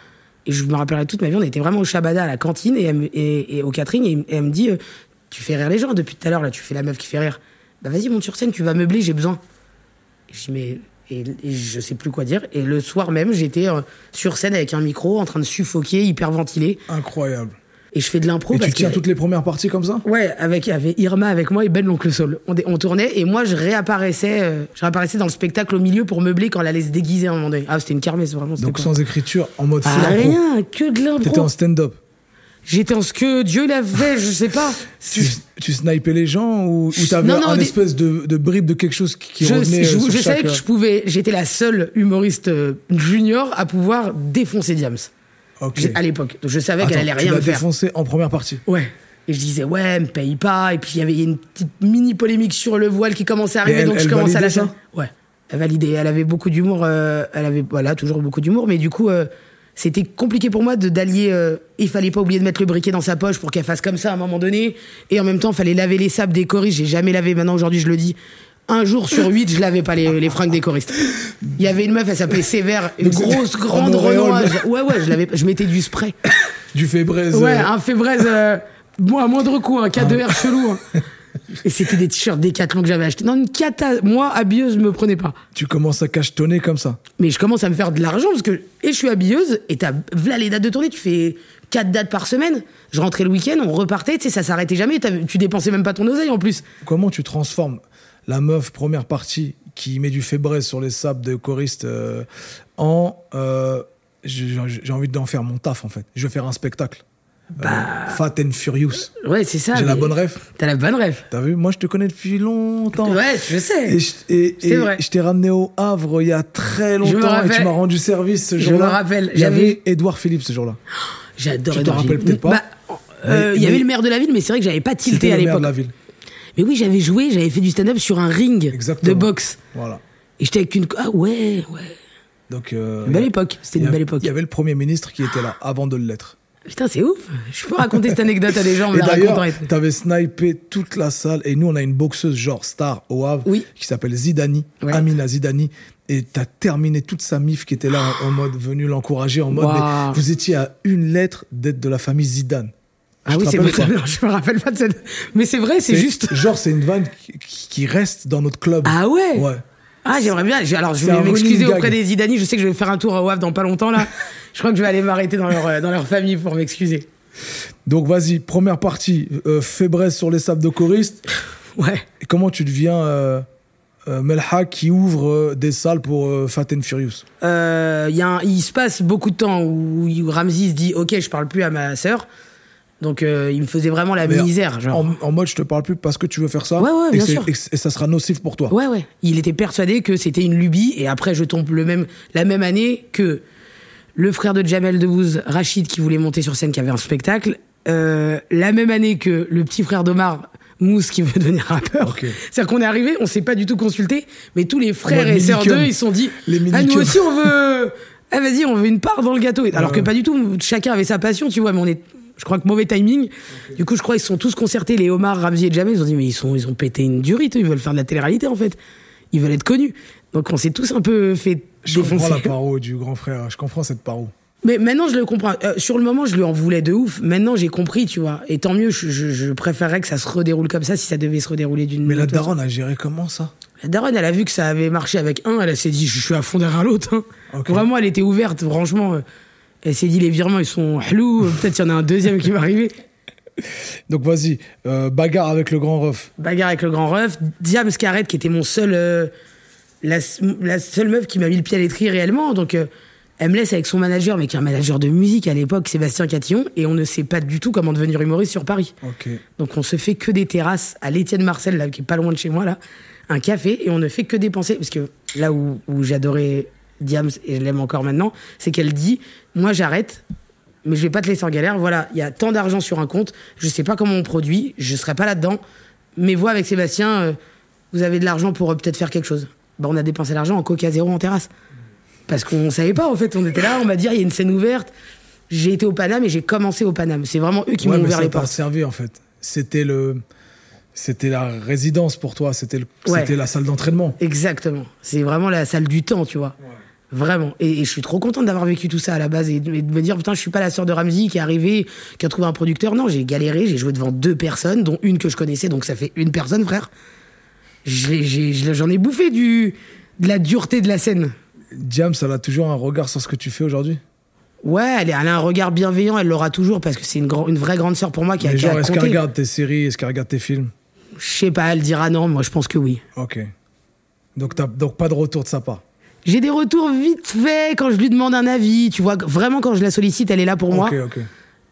S3: Et je me rappellerai toute ma vie, on était vraiment au Shabada à la cantine et, elle me- et- et au catering et, elle me dit, euh, tu fais rire les gens depuis tout à l'heure, là, tu fais la meuf qui fait rire. Bah vas-y, monte sur scène, tu vas meubler, j'ai besoin. Je dis, mais. Et, et je sais plus quoi dire. Et le soir même, j'étais euh, sur scène avec un micro, en train de suffoquer, hyperventilé.
S2: Incroyable.
S3: Et je fais de l'impro.
S2: et
S3: Oh, parce
S2: tu tiens
S3: que-
S2: toutes les premières parties comme ça
S3: Ouais, avec il y avait Irma avec moi et Ben l'oncle Saul. On, dé- on tournait et moi je réapparaissais, euh, je réapparaissais dans le spectacle au milieu pour meubler quand elle allait se déguiser à un moment donné. Ah, c'était une kermesse vraiment. c'était
S2: Donc
S3: quoi.
S2: sans écriture, en mode
S3: Ah,
S2: full impro.
S3: rien, que de
S2: T'étais
S3: l'impro.
S2: en stand-up.
S3: J'étais en ce que Dieu l'avait, je sais pas.
S2: Tu, tu snipais les gens ou, ou t'avais
S3: Non, non,
S2: un
S3: des-
S2: espèce de, de bribe de quelque chose qui, qui
S3: je,
S2: revenait
S3: je-
S2: euh,
S3: je
S2: sur
S3: savais
S2: chaque,
S3: que je pouvais, j'étais la seule humoriste euh, junior à pouvoir défoncer Diams
S2: euh, ok.
S3: J'ai- à l'époque. Donc, je savais
S2: Attends,
S3: qu'elle allait
S2: tu
S3: rien
S2: l'as
S3: me faire.
S2: défoncé en première partie.
S3: Ouais. Et je disais, ouais, elle me paye pas. Et puis il y avait une petite mini polémique sur le voile qui commençait à arriver,
S2: elle-
S3: donc je
S2: elle
S3: commençais à la
S2: validait ça
S3: Ouais. Elle validait. Elle avait beaucoup d'humour. euh, elle avait, voilà, toujours beaucoup d'humour. Mais du coup, euh, c'était compliqué pour moi de d'allier. euh, il fallait pas oublier de mettre le briquet dans sa poche pour qu'elle fasse comme ça à un moment donné. Et en même temps, il fallait laver les sables des choristes. J'ai jamais lavé. Maintenant, aujourd'hui, je le dis. Un jour sur huit, je lavais pas les, les fringues des choristes. Il y avait une meuf, elle s'appelait Sévère, une
S2: Donc,
S3: grosse,
S2: en
S3: grande
S2: auréole.
S3: renoise. Ouais, ouais, je l'avais, pas- je mettais du spray.
S2: Du fébraise.
S3: Ouais,
S2: euh,
S3: un Fébreze, euh, bon, à moindre coût, un K2R chelou. hein. Et c'était des t-shirts Décathlon que j'avais acheté. Non, une cata. Moi, habilleuse, me prenez pas.
S2: Tu commences à cachetonner comme ça.
S3: Mais je commence à me faire de l'argent parce que. Et je suis habilleuse, et t'as. Voilà les dates de tournée, tu fais quatre dates par semaine. Je rentrais le week-end, on repartait, tu sais, ça s'arrêtait jamais. t'avais- Tu dépensais même pas ton oseille en plus.
S2: Comment tu transformes la meuf première partie qui met du fébraise sur les sables de choriste euh, en euh, j'ai j'ai envie d'en faire mon taf en fait. Je vais faire un spectacle. Euh, Fat and Furious.
S3: Ouais, c'est ça.
S2: J'ai la
S3: Bah. Ah, mais
S2: bonne ref.
S3: T'as la bonne rêve.
S2: T'as vu Moi je te connais depuis longtemps.
S3: Ouais, je sais.
S2: Et je, et-
S3: C'est
S2: et
S3: vrai.
S2: je t'ai ramené au Havre il y a très
S3: me
S2: longtemps et tu
S3: rappelle.
S2: m'as rendu service ce
S3: Je
S2: jour-là.
S3: me rappelle.
S2: Il y avait
S3: J'avais-
S2: Edouard Philippe ce jour-là.
S3: J'adore
S2: Tu t'en
S3: Edouard
S2: rappelles
S3: Philippe.
S2: peut-être pas.
S3: Bah, euh,
S2: Mais-
S3: Il y
S2: mais-
S3: avait le maire de la ville, mais c'est vrai que j'avais pas tilté
S2: C'était
S3: à
S2: le maire
S3: l'époque.
S2: de la ville.
S3: Mais oui, j'avais joué, j'avais fait du stand-up sur un ring
S2: Exactement.
S3: de boxe.
S2: Voilà.
S3: Et j'étais avec une. co- Ah ouais, ouais.
S2: Donc, euh,
S3: Une belle époque. C'était
S2: il y
S3: une
S2: avait-
S3: belle époque.
S2: Il y avait le Premier ministre qui était là avant de l'être.
S3: Putain, c'est ouf. Je peux raconter cette anecdote à des gens, on me
S2: Et
S3: la
S2: d'ailleurs,
S3: raconterait.
S2: t'avais snipé toute la salle. Et nous, on a une boxeuse genre star au Havre
S3: Oui.
S2: qui s'appelle Zidani,
S3: Ouais.
S2: Amina Zidani. Et t'as terminé toute sa mif qui était là en, en mode venu l'encourager, en mode
S3: Waouh.
S2: mais vous étiez à une lettre d'être de la famille Zidane.
S3: Ah
S2: Je
S3: oui,
S2: te
S3: c'est
S2: rappelle
S3: vrai.
S2: ou pas
S3: Alors, je me rappelle pas de cette. Mais c'est vrai, c'est
S2: C'est-
S3: juste.
S2: Genre, c'est une vanne qui, qui- qui reste dans notre club.
S3: Ah ouais
S2: Ouais.
S3: Ah, j'aimerais bien. j'ai- Alors, je
S2: C'est un
S3: vais m'excuser
S2: running
S3: auprès
S2: gag.
S3: des Zidani. Je sais que je vais faire un tour à WAF dans pas longtemps, là. je crois que je vais aller m'arrêter dans leur, euh, dans leur famille pour m'excuser.
S2: Donc vas-y, première partie, euh, Fébreze sur les sables de choriste.
S3: Ouais.
S2: Et comment tu deviens euh, euh, Melha qui ouvre euh, des salles pour euh, Fat and Furious
S3: Euh, y a un- il se passe beaucoup de temps où, où Ramsey se dit Ok, je parle plus à ma sœur. Donc, euh, il me faisait vraiment la
S2: Mais
S3: misère. Genre.
S2: En, en mode, je te parle plus parce que tu veux faire ça.
S3: Ouais, ouais,
S2: et,
S3: bien
S2: c'est-
S3: sûr.
S2: et c'est- et ça sera nocif pour toi.
S3: Ouais, ouais. Il était persuadé que c'était une lubie. Et après, je tombe le même, la même année que le frère de Jamel Debbouze, Rachid, qui voulait monter sur scène, qui avait un spectacle. Euh, la même année que le petit frère d'Omar, Mousse, qui veut devenir rappeur.
S2: Ok.
S3: C'est-à-dire qu'on est arrivé, on s'est pas du tout consulté, mais tous les frères
S2: Ouais,
S3: et sœurs
S2: minicum.
S3: d'eux, ils se sont dit
S2: Les
S3: Ah, nous
S2: minicum.
S3: aussi, on veut. Ah, vas-y, on veut une part dans le gâteau. Alors que
S2: Ouais.
S3: pas du tout, chacun avait sa passion, tu vois, mais on est. Je crois que mauvais timing. Du coup, je crois qu'ils se sont tous concertés, les Omar, Ramsey et Jamel. Ils ont dit, mais ils, sont, ils ont pété une durite, eux, ils veulent faire de la télé-réalité, en fait. Ils veulent être connus. Donc, on s'est tous un peu fait
S2: Je comprends
S3: défoncer.
S2: la paro du grand frère, je comprends cette paro.
S3: Mais maintenant, je le comprends. Euh, sur le moment, je lui en voulais de ouf. Maintenant, j'ai compris, tu vois. Et tant mieux, je, je, je préférerais que ça se redéroule comme ça si ça devait se redérouler d'une
S2: Mais la
S3: autre façon.
S2: daronne a géré comment ça
S3: La daronne, elle a vu que ça avait marché avec un, elle s'est dit, je suis à fond derrière l'autre. hein.
S2: Ok.
S3: Vraiment, elle était ouverte, franchement. euh, Elle s'est dit, les virements, ils sont hlou, euh, peut-être qu'il y en a un deuxième qui va arriver.
S2: Donc vas-y, euh, bagarre avec le grand ref.
S3: Bagarre avec le grand ref, Diam Scarrette, qui était mon seul. euh, la, s- la seule meuf qui m'a mis le pied à l'étrier réellement. Donc, euh, elle me laisse avec son manager, mais qui est un manager de musique à l'époque, Sébastien Catillon, et on ne sait pas du tout comment devenir humoriste sur Paris.
S2: Ok.
S3: Donc on se fait que des terrasses à l'Étienne Marcel, là, qui est pas loin de chez moi, là, un café, et on ne fait que dépenser. Parce que là où, où j'adorais Diams, et je l'aime encore maintenant, c'est qu'elle dit Moi j'arrête, mais je vais pas te laisser en galère. Voilà, il y a tant d'argent sur un compte, je sais pas comment on produit, je serai pas là-dedans. Mais vois avec Sébastien, euh, vous avez de l'argent pour euh, peut-être faire quelque chose. Bah, on a dépensé l'argent en coca zéro en terrasse. Parce qu'on savait pas, en fait. On était là, on m'a dit, Ah, il y a une scène ouverte. J'ai été au Paname et j'ai commencé au Paname. C'est vraiment eux qui
S2: ouais,
S3: m'ont
S2: mais
S3: ouvert
S2: ça
S3: les
S2: t'a
S3: portes.
S2: servi en fait. C'était le, c'était la résidence pour toi. C'était le,
S3: Ouais.
S2: c'était la salle d'entraînement.
S3: Exactement. C'est vraiment la salle du temps, tu vois. Vraiment. Et, et je suis trop contente d'avoir vécu tout ça à la base et de, et de me dire, putain, je suis pas la sœur de Ramsey qui est arrivée, qui a trouvé un producteur. Non, j'ai galéré, j'ai joué devant deux personnes, dont une que je connaissais, donc ça fait une personne, frère. Je l'ai- j'ai- je l'ai- J'en ai, bouffé du, de la dureté de la scène.
S2: Diam, ça a toujours un regard sur ce que tu fais aujourd'hui.
S3: Ouais, elle, est- elle a un regard bienveillant, elle l'aura toujours parce que c'est une, grand- une vraie grande sœur pour moi qui a
S2: Mais
S3: qui a
S2: genre, est-ce qu'elle
S3: compté.
S2: regarde tes séries, est-ce qu'elle regarde tes films
S3: Je sais pas, elle dira non, moi je pense que oui.
S2: Ok. Donc, t'as- donc pas de retour de sa part.
S3: J'ai des retours vite faits quand je lui demande un avis, tu vois. Vraiment, quand je la sollicite, elle est là pour moi.
S2: ok, ok.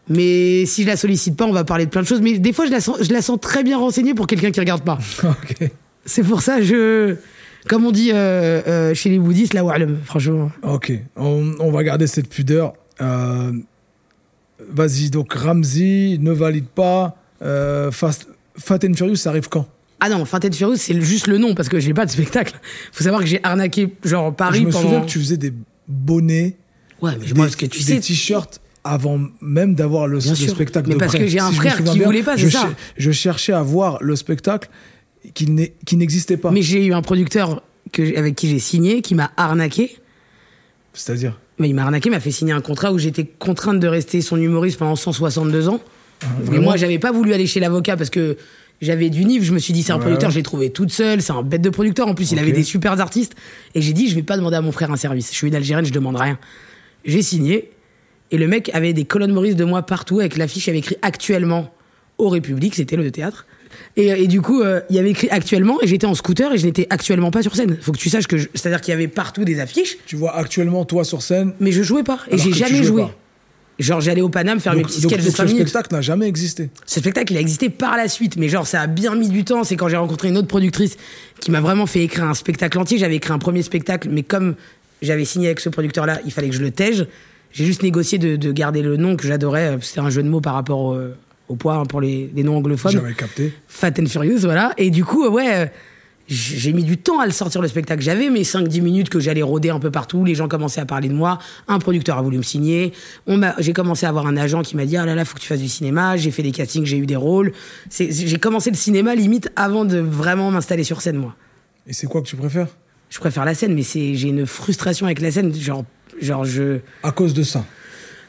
S3: Mais si je la sollicite pas, on va parler de plein de choses. Mais des fois, je la sens, je la sens très bien renseignée pour quelqu'un qui regarde pas.
S2: ok.
S3: C'est pour ça, je, comme on dit euh, euh, chez les bouddhistes, la wa'alam, franchement.
S2: Ok. On, on va garder cette pudeur. Euh, Vas-y, donc Ramsey ne valide pas. Euh, Fast, Fat and Furious, ça arrive quand
S3: Ah non, Fin Tête Furious, c'est juste le nom parce que j'ai pas de spectacle. Faut savoir que j'ai arnaqué genre Paris
S2: Je me
S3: pendant.
S2: souviens que tu faisais des bonnets,
S3: Ouais, mais
S2: des,
S3: moi, parce que tu
S2: des
S3: sais.
S2: t-shirts avant même d'avoir le,
S3: Bien
S2: le
S3: sûr.
S2: spectacle
S3: Mais
S2: de
S3: parce
S2: près.
S3: que j'ai un
S2: Si je me
S3: frère
S2: souviens
S3: qui
S2: bien,
S3: voulait pas, c'est
S2: je
S3: ça.
S2: cher- Je cherchais à voir le spectacle qui n'est- qui n'existait pas.
S3: Mais j'ai eu un producteur que, j'ai- avec qui j'ai signé qui m'a arnaqué.
S2: C'est-à-dire
S3: Mais il m'a arnaqué, il m'a fait signer un contrat où j'étais contrainte de rester son humoriste pendant 162 ans. Mais
S2: Ah, vraiment
S3: moi, j'avais pas voulu aller chez l'avocat parce que j'avais du NIF. Je me suis dit, c'est un
S2: Ouais.
S3: producteur, je l'ai trouvé toute seule. C'est un bête de producteur. En plus, il
S2: Ok.
S3: avait des super artistes. Et j'ai dit, je vais pas demander à mon frère un service. Je suis une Algérienne, je demande rien. J'ai signé. Et le mec avait des colonnes Maurice de moi partout avec l'affiche. Il avait écrit actuellement au République. C'était le théâtre. Et, et du coup, euh, il y avait écrit actuellement. Et j'étais en scooter et je n'étais actuellement pas sur scène. Faut que tu saches que je- c'est-à-dire qu'il y avait partout des affiches
S2: Tu vois actuellement toi sur scène.
S3: mais je jouais pas et
S2: Alors
S3: j'ai
S2: que tu
S3: jamais
S2: jouais
S3: joué.
S2: pas.
S3: Genre j'allais au Paname faire mes
S2: Donc,
S3: petits
S2: donc-
S3: sketchs de
S2: donc
S3: 5
S2: ce
S3: minutes.
S2: spectacle n'a jamais existé.
S3: Ce spectacle il a existé par la suite mais genre ça a bien mis du temps, c'est quand j'ai rencontré une autre productrice qui m'a vraiment fait écrire un spectacle entier, j'avais écrit un premier spectacle mais comme j'avais signé avec ce producteur là, il fallait que je le tège. J'ai juste négocié de, de garder le nom que j'adorais, euh, c'était un jeu de mots par rapport au, au poids hein, pour les, les noms anglophones.
S2: J'avais capté.
S3: Fat and Furious, voilà. Et du coup, euh, ouais, euh, j'ai mis du temps à le sortir le spectacle. J'avais mes 5-10 minutes que j'allais rôder un peu partout. Les gens commençaient à parler de moi. Un producteur a voulu me signer. On m'a, j'ai commencé à avoir un agent qui m'a dit Ah là là, faut que tu fasses du cinéma. J'ai fait des castings, j'ai eu des rôles. C'est, j'ai commencé le cinéma limite avant de vraiment m'installer sur scène, moi.
S2: Et c'est quoi que tu préfères
S3: Je préfère la scène, mais c'est, j'ai une frustration avec la scène. Genre, genre je.
S2: À cause de ça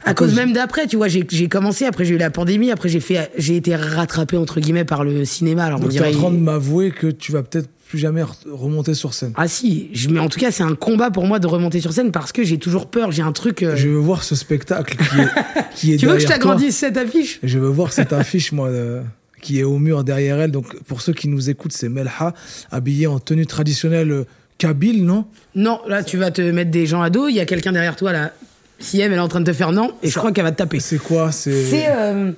S3: À, à cause, cause même d'après, tu vois, j'ai, j'ai commencé, après j'ai eu la pandémie, après j'ai fait, j'ai été rattrapé entre guillemets par le cinéma. Alors
S2: Donc
S3: on
S2: t'es en
S3: dirait,
S2: train de m'avouer que tu vas peut-être plus jamais re- remonter sur scène.
S3: ah si, je, mais en tout cas c'est un combat pour moi de remonter sur scène parce que j'ai toujours peur, j'ai un truc. euh,
S2: Je veux voir ce spectacle qui est, qui est
S3: Tu veux que je
S2: derrière toi.
S3: t'agrandisse cette affiche
S2: Je veux voir cette affiche, moi, euh, qui est au mur derrière elle. Donc, pour ceux qui nous écoutent, c'est Melha, habillée en tenue traditionnelle euh, kabyle, non
S3: Non, là tu vas te mettre des gens à dos, il y a quelqu'un derrière toi là. Si elle, elle est en train de te faire non, et je crois qu'elle va te taper.
S2: C'est quoi
S3: C'est
S2: C'est
S3: euh,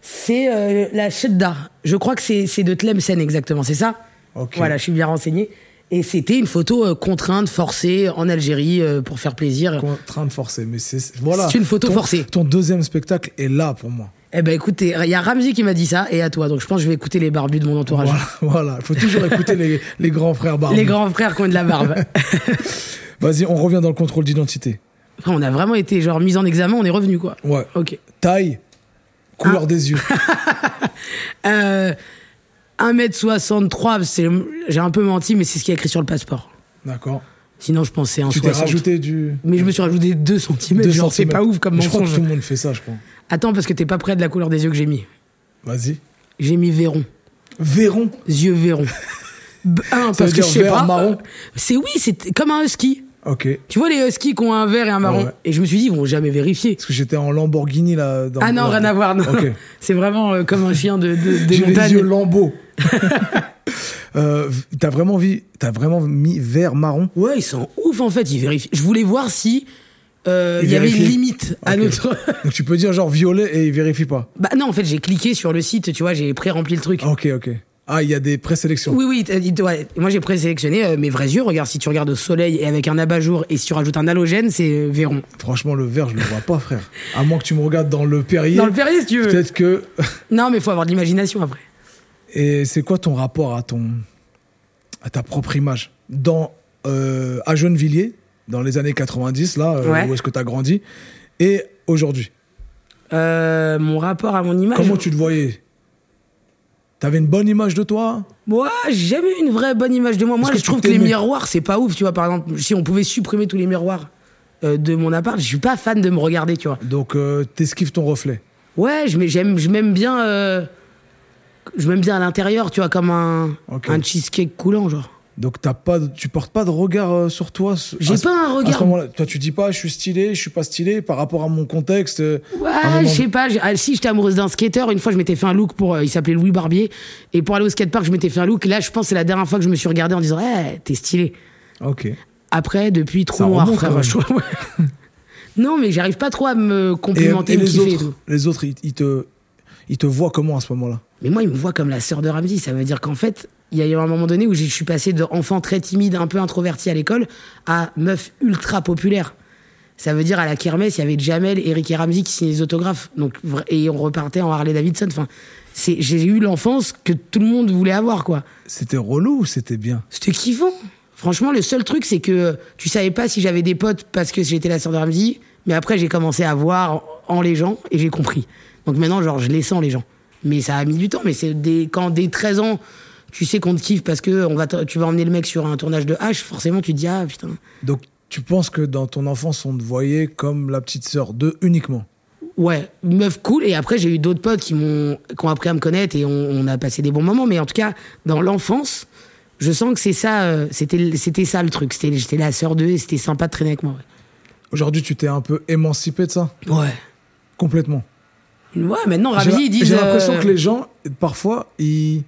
S3: c'est euh, la Shedda. Je crois que c'est c'est de Tlemcen exactement, c'est ça
S2: Ok.
S3: Voilà, je suis bien renseigné. Et c'était une photo euh, contrainte, forcée, en Algérie, euh, pour faire plaisir.
S2: contrainte forcée. Mais c'est voilà.
S3: C'est une photo
S2: Ton-
S3: forcée.
S2: Ton deuxième spectacle est là pour moi.
S3: Eh ben écoute, t'es- il y a Ramzi qui m'a dit ça, et à toi. Donc je pense que je vais écouter les barbus de mon entourage.
S2: Voilà, voilà. Il faut toujours écouter les, les grands frères barbus.
S3: Ah, Les grands frères qui ont de la barbe.
S2: Vas-y, on revient dans le contrôle d'identité.
S3: Après, on a vraiment été genre mis en examen, on est revenu quoi.
S2: Ouais.
S3: Ok. Ah.
S2: Taille, couleur des yeux.
S3: Euh, 1m63, c'est- j'ai un peu menti, mais c'est ce qui est écrit sur le passeport.
S2: D'accord.
S3: Sinon, je pensais un
S2: Tu t'es
S3: 60.
S2: rajouté du.
S3: Mais je me suis rajouté 2 cm.
S2: deux
S3: genre, c'est
S2: centimètres.
S3: pas ouf comme
S2: Je crois que
S3: mensonge.
S2: tout le monde fait ça, je crois.
S3: Attends, parce que t'es pas près de la couleur des yeux que j'ai mis.
S2: Vas-y.
S3: J'ai mis Véron.
S2: Véron.
S3: Yeux Véron. B- Un,
S2: veut
S3: parce que
S2: dire
S3: je sais
S2: vert,
S3: pas.
S2: marron
S3: C'est oui, c'est comme un husky.
S2: Ok.
S3: Tu vois les huskies qui ont un vert et un marron.
S2: ouais.
S3: Et je me suis dit, ils vont jamais vérifier.
S2: Parce que j'étais en Lamborghini là. Dans
S3: Ah non,
S2: dans-
S3: rien à voir, non.
S2: Ok.
S3: C'est vraiment euh, comme un chien de, de- des
S2: J'ai les
S3: montagnes.
S2: yeux lambeaux. euh, v- t'as vraiment vu, t'as vraiment mis vert marron.
S3: Ouais, ils sont ouf en fait, ils vérifient. Je voulais voir si euh,
S2: Ils
S3: il y avait une
S2: vérifient.
S3: limite à
S2: Ok.
S3: notre.
S2: Donc tu peux dire genre violet et il vérifie pas.
S3: bah non, en fait, j'ai cliqué sur le site, tu vois, j'ai pré-rempli le truc.
S2: Ah, Ok, ok. Ah, il y a des présélections.
S3: Oui, oui, t'as dit- ouais. moi j'ai présélectionné euh, mes vrais yeux. Regarde, si tu regardes au soleil et avec un abat-jour et si tu rajoutes un halogène, c'est euh, Véron.
S2: Franchement, le vert, je le vois pas, frère. À moins que tu me regardes dans le Perrier.
S3: Dans le Perrier, si tu veux.
S2: Peut-être que.
S3: Non, mais faut avoir de l'imagination après.
S2: Et c'est quoi ton rapport à ton, à ta propre image dans euh, à Gennevilliers, dans les années 90, là, euh,
S3: Ouais.
S2: où est-ce que t'as grandi, et aujourd'hui.
S3: Euh, mon rapport à mon image.
S2: Comment tu te voyais T'avais une bonne image de toi
S3: Moi, j'ai jamais eu une vraie bonne image de moi. Moi,
S2: que
S3: je
S2: tu
S3: trouve que les
S2: t'aimais
S3: miroirs, c'est pas ouf. Tu vois, par exemple, si on pouvait supprimer tous les miroirs euh, de mon appart, je suis pas fan de me regarder, tu vois.
S2: Donc euh, t'esquives ton reflet.
S3: Ouais, je mets- j'aime, je m'aime bien. euh, je m'aime bien à l'intérieur, tu vois, comme un,
S2: Ok.
S3: un cheesecake coulant, genre.
S2: Donc t'as pas, de- tu portes pas de regard euh, sur toi. ce-
S3: J'ai
S2: à ce-
S3: pas un
S2: à ce
S3: regard.
S2: moment-là. toi tu dis pas, je suis stylé, je suis pas stylé par rapport à mon contexte. euh, à un
S3: Ouais,
S2: moment-
S3: je sais pas. j'ai- ah, si j'étais amoureuse d'un skater, une fois je m'étais fait un look pour. euh, il s'appelait Louis Barbier. Et pour aller au skatepark, je m'étais fait un look. Là, je pense que c'est la dernière fois que je me suis regardé en disant, eh, t'es stylé.
S2: Ok.
S3: Après, depuis, trop
S2: Ça
S3: noir,
S2: remonte,
S3: frère.
S2: quand même.
S3: je trouve, ouais. non, mais j'arrive pas trop à me
S2: Et, euh,
S3: complimenter,
S2: et
S3: me
S2: les
S3: kiffer et
S2: autres,
S3: tout.
S2: les autres, ils, ils te, ils te voient comment à ce moment-là
S3: Mais moi, il me voit comme la sœur de Ramsey. Ça veut dire qu'en fait, il y a eu un moment donné où je suis passé d'enfant très timide, un peu introverti à l'école, à meuf ultra populaire. Ça veut dire à la kermesse, il y avait Jamel, Eric et Ramsey qui signaient les autographes. Donc, vra- et on repartait en Harley Davidson. Enfin, c'est, j'ai eu l'enfance que tout le monde voulait avoir, quoi.
S2: C'était relou ou c'était bien
S3: C'était kiffant. Franchement, le seul truc, c'est que tu savais pas si j'avais des potes parce que j'étais la sœur de Ramsey. Mais après, j'ai commencé à voir en les gens et j'ai compris. Donc maintenant, genre, je les sens, les gens. Mais ça a mis du temps. Mais c'est des, quand dès 13 ans, tu sais qu'on te kiffe parce que on va t- tu vas emmener le mec sur un tournage de H, forcément, tu te dis, ah putain.
S2: Donc tu penses que dans ton enfance on te voyait comme la petite sœur d'eux uniquement
S3: Ouais, meuf cool. Et après, j'ai eu d'autres potes qui m'ont, qui ont appris à me connaître et on, on a passé des bons moments. Mais en tout cas, dans l'enfance, je sens que c'est ça, euh, c'était, c'était ça le truc. C'était, j'étais la sœur d'eux et c'était sympa de traîner avec moi.
S2: Aujourd'hui tu t'es un peu émancipé de ça
S3: Ouais. ouais.
S2: complètement.
S3: Ouais, maintenant,
S2: J'ai
S3: Ramzi, ils disent.
S2: j'ai l'impression
S3: euh,
S2: que les gens parfois ils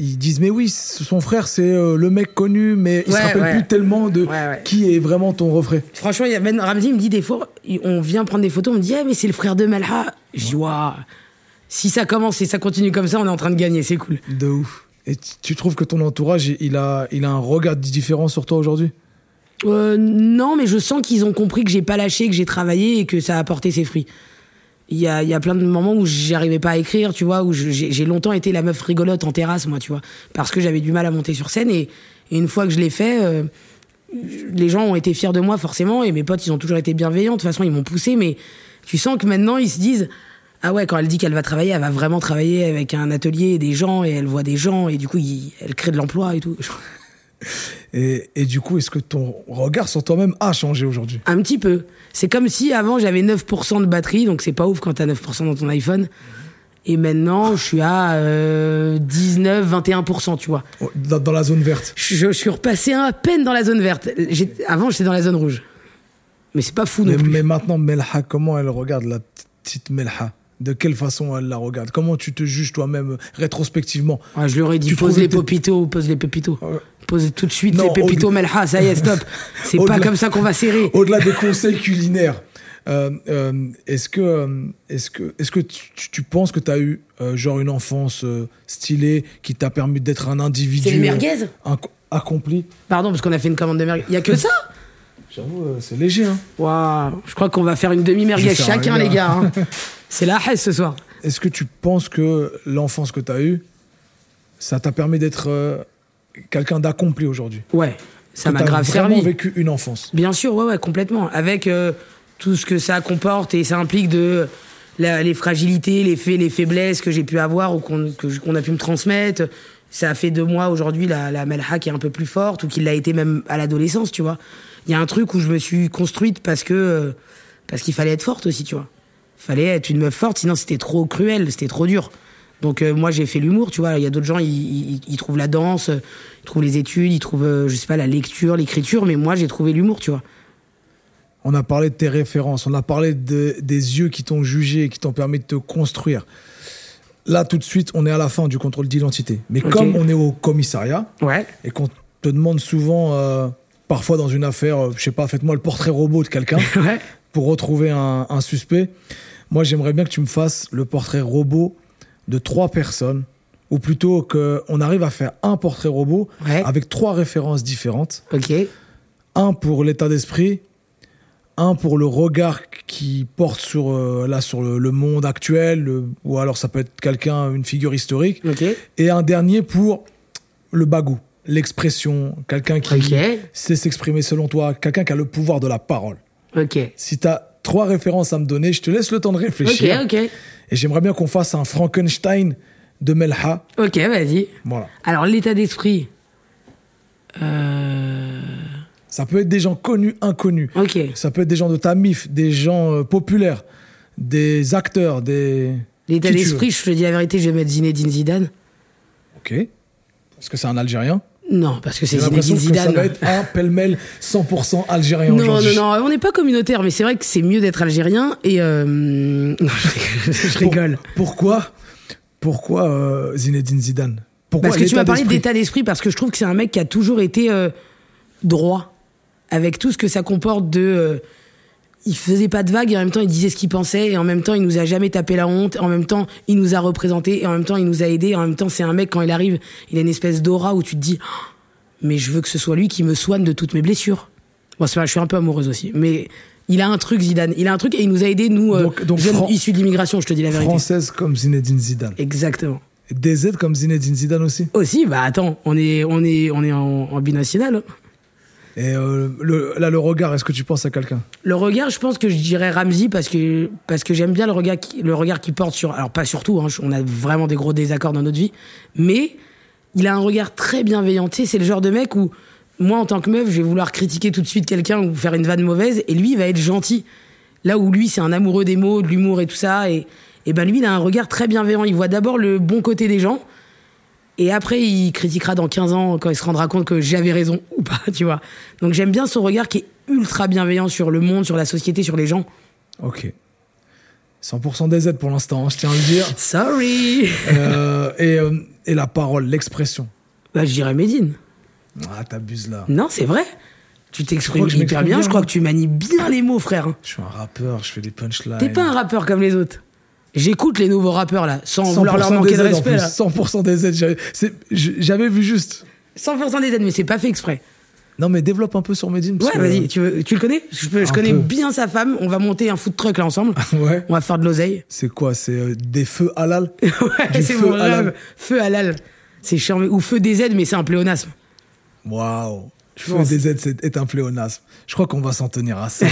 S2: ils disent mais oui son frère c'est euh, le mec connu mais ils se
S3: Ouais,
S2: rappellent
S3: ouais.
S2: plus tellement de
S3: Ouais, ouais.
S2: qui est vraiment ton refrain.
S3: Franchement, il y a- maintenant, Ramzi il me dit des fois, il- on vient prendre des photos, on me dit, ah, mais c'est le frère de Malha. Je dis, waouh, si ça commence et ça continue comme ça, on est en train de gagner, c'est cool.
S2: De ouf. Et tu- tu trouves que ton entourage il- il a il a un regard différent sur toi aujourd'hui
S3: Euh, non, mais je sens qu'ils ont compris que j'ai pas lâché, que j'ai travaillé et que ça a apporté ses fruits. il y a, il y a plein de moments où j'arrivais pas à écrire, tu vois, où je- j'ai j'ai longtemps été la meuf rigolote en terrasse, moi, tu vois, parce que j'avais du mal à monter sur scène. Et, et une fois que je l'ai fait, euh, les gens ont été fiers de moi, forcément, et mes potes, ils ont toujours été bienveillants. De toute façon, ils m'ont poussé, mais tu sens que maintenant, ils se disent Ah ouais, quand elle dit qu'elle va travailler, elle va vraiment travailler avec un atelier et des gens, et elle voit des gens, et du coup, ils- elle crée de l'emploi et tout.
S2: Et, et du coup, est-ce que ton regard sur toi-même a changé aujourd'hui
S3: Un petit peu. C'est comme si avant j'avais 9% de batterie, donc c'est pas ouf quand t'as 9% dans ton iPhone. Et maintenant, je suis à euh, 19, 21%, tu vois.
S2: dans, dans la zone verte
S3: Je, je suis repassé à peine dans la zone verte. J'ai- Avant, j'étais dans la zone rouge. Mais c'est pas fou non
S2: mais,
S3: plus.
S2: mais maintenant, Melha, comment elle regarde la petite Melha De quelle façon elle la regarde Comment tu te juges toi-même euh, rétrospectivement Euh,
S3: Ouais, je leur ai dit,
S2: Tu
S3: pose
S2: trouvais
S3: les
S2: que t'es- Ah.
S3: pépitos, pose les pépitos. Pose tout de suite
S2: Non,
S3: les pépitos,
S2: au-delà-
S3: Melha, ça y est, stop. C'est pas
S2: Au-delà-
S3: comme ça qu'on va serrer.
S2: Au-delà des conseils culinaires, euh, euh, est-ce que, euh, est-ce que, est-ce que tu, tu- tu penses que tu as eu euh, genre une enfance euh, stylée qui t'a permis d'être un individu
S3: C'est les merguez
S2: euh, inc- accompli
S3: Pardon, parce qu'on a fait une commande de merguez. Y a que ça
S2: J'avoue, euh, c'est léger. Hein.
S3: Waouh, je crois qu'on va faire une
S2: Je
S3: demi-merguez
S2: vais faire un
S3: chacun,
S2: gars.
S3: les gars. hein. C'est la haisse ce soir.
S2: Est-ce que tu penses que l'enfance que tu as eue, ça t'a permis d'être euh, quelqu'un d'accompli aujourd'hui
S3: Ouais, ça
S2: Que
S3: m'a
S2: t'as
S3: grave
S2: vraiment
S3: servi.
S2: vécu une enfance.
S3: Bien sûr, ouais, ouais, complètement. Avec euh, tout ce que ça comporte et ça implique de la- les fragilités, les, faits, les faiblesses que j'ai pu avoir ou qu'on que je- qu'on a pu me transmettre. Ça a fait de moi aujourd'hui la, la Melha qui est un peu plus forte ou qui l'a été même à l'adolescence, tu vois. Il y a un truc où je me suis construite parce que euh, parce qu'il fallait être forte aussi, tu vois. Fallait être une meuf forte, sinon c'était trop cruel, c'était trop dur. Donc euh, moi j'ai fait l'humour, tu vois. Il y a d'autres gens, ils, ils- ils trouvent la danse, euh, ils trouvent les études, ils trouvent euh, je sais pas la lecture, l'écriture, mais moi j'ai trouvé l'humour, tu vois.
S2: On a parlé de tes références, on a parlé de- des yeux qui t'ont jugé, qui t'ont permis de te construire. Là, tout de suite, on est à la fin du contrôle d'identité. Mais
S3: Ok.
S2: comme on est au commissariat
S3: Ouais.
S2: et qu'on te demande souvent, euh, parfois dans une affaire, euh, je sais pas, faites-moi le portrait robot de quelqu'un
S3: Ouais.
S2: pour retrouver un, un suspect. Moi, j'aimerais bien que tu me fasses le portrait robot de trois personnes, ou plutôt qu'on arrive à faire un portrait robot
S3: Ouais.
S2: avec trois références différentes
S3: Ok.
S2: un pour l'état d'esprit, un pour le regard qui porte sur, euh, là, sur le, le monde actuel, le- ou alors ça peut être quelqu'un, une figure historique,
S3: Ok.
S2: et un dernier pour le bagou, l'expression, quelqu'un qui
S3: Ok.
S2: sait s'exprimer selon toi, quelqu'un qui a le pouvoir de la parole.
S3: Ok.
S2: Si tu as trois références à me donner, je te laisse le temps de
S3: Ok.
S2: réfléchir,
S3: Ok.
S2: et j'aimerais bien qu'on fasse un Frankenstein de Melha.
S3: Ok. Vas-y.
S2: Voilà.
S3: Alors l'état d'esprit. Euh...
S2: Ça peut être des gens connus, inconnus.
S3: Ok.
S2: Ça peut être des gens de Tamif, des gens euh, populaires, des acteurs, des.
S3: L'état
S2: qui tu
S3: d'esprit, je te dis la vérité, je vais mettre Zinedine Zidane.
S2: veux. Ok. Parce que c'est un Algérien.
S3: Non, parce que c'est
S2: J'ai l'impression
S3: Zinedine
S2: que ça
S3: Zidane.
S2: va être un pêle-mêle 100% algérien
S3: Non, non,
S2: aujourd'hui.
S3: non, on n'est pas communautaire, mais c'est vrai que c'est mieux d'être algérien et. euh, non, je, rigole, je
S2: Pour-
S3: rigole.
S2: pourquoi Pourquoi euh, Zinedine Zidane Pourquoi
S3: Parce que tu
S2: l'état
S3: m'as parlé
S2: d'esprit
S3: d'état d'esprit, parce que je trouve que c'est un mec qui a toujours été euh, droit, avec tout ce que ça comporte de. euh, il faisait pas de vagues et en même temps il disait ce qu'il pensait et en même temps il nous a jamais tapé la honte, en même temps il nous a représenté et en même temps il nous a aidé, en même temps c'est un mec quand il arrive, il a une espèce d'aura où tu te dis Oh, mais je veux que ce soit lui qui me soigne de toutes mes blessures. Bon, c'est vrai, je suis un peu amoureuse aussi, mais il a un truc Zidane, il a un truc et il nous a aidé nous euh,
S2: Donc- donc
S3: jeunes
S2: Fran-
S3: issus de l'immigration, je te dis la vérité.
S2: Française comme Zinedine Zidane.
S3: Exactement.
S2: Des aides comme Zinedine Zidane aussi.
S3: Aussi, bah attends, on est on est on est en, en binational. hein.
S2: Et euh, le- là, le regard, est-ce que tu penses à quelqu'un
S3: Le regard, je pense que je dirais Ramsey parce que parce que j'aime bien le regard qui, le regard qu'il porte sur alors pas surtout hein, je- on a vraiment des gros désaccords dans notre vie mais il a un regard très bienveillant, tu sais, c'est le genre de mec où moi en tant que meuf, je vais vouloir critiquer tout de suite quelqu'un ou faire une vanne mauvaise et lui il va être gentil. Là où lui c'est un amoureux des mots, de l'humour et tout ça et et ben lui il a un regard très bienveillant, il voit d'abord le bon côté des gens et après, il critiquera dans 15 ans quand il se rendra compte que j'avais raison ou pas, tu vois. Donc j'aime bien son regard qui est ultra bienveillant sur le monde, sur la société, sur les gens.
S2: Ok. 100% des aides pour l'instant, hein, je tiens à le dire.
S3: Sorry
S2: Euh, et, euh, et la parole, l'expression.
S3: Bah je dirais Médine.
S2: Ah, t'abuses là.
S3: Non, c'est vrai. Tu
S2: Je crois
S3: t'exprimes
S2: que je
S3: hyper
S2: m'exprime
S3: bien,
S2: bien,
S3: je crois
S2: hein.
S3: que tu manies bien les mots, frère.
S2: Je suis un rappeur, je fais des punchlines.
S3: T'es pas un rappeur comme les autres. J'écoute les nouveaux rappeurs là, sans vouloir leur
S2: 100%
S3: manquer
S2: des
S3: de
S2: aides en
S3: respect
S2: plus,
S3: là.
S2: 100% des aides. J'avais, c'est- je- j'avais vu juste.
S3: 100% des aides, mais c'est pas fait exprès.
S2: Non, mais développe un peu sur Medine. parce
S3: Ouais,
S2: que-
S3: vas-y, tu, veux- tu le connais je, peux- je
S2: Un
S3: connais
S2: peu.
S3: bien sa femme. On va monter un food truck là ensemble.
S2: Ouais.
S3: On va faire de l'oseille.
S2: C'est quoi C'est euh, des feux halal
S3: ouais,
S2: Du
S3: c'est
S2: feu
S3: mon
S2: halal.
S3: rêve. Feu halal. C'est charmé. Ou feu des aides, mais c'est un pléonasme.
S2: Waouh Feu
S3: pense.
S2: des aides c'est- est un pléonasme. Je crois qu'on va s'en tenir à ça.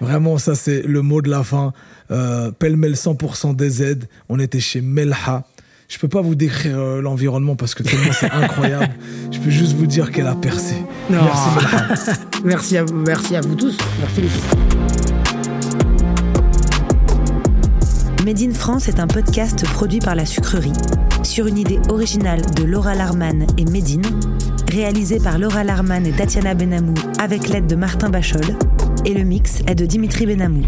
S2: Vraiment, ça c'est le mot de la fin. Euh, Pêle-mêle 100% des aides. On était chez Melha. Je peux pas vous décrire euh, l'environnement parce que tellement c'est incroyable. Je peux juste vous dire qu'elle a percé.
S3: Non.
S2: Merci Melha.
S3: Merci à, vous- merci à vous tous. Merci les filles.
S1: Made in France est un podcast produit par la sucrerie, sur une idée originale de Laura Larman et Médine, réalisé par Laura Larman et Tatiana Benamou avec l'aide de Martin Bachol, et le mix est de Dimitri Benamou.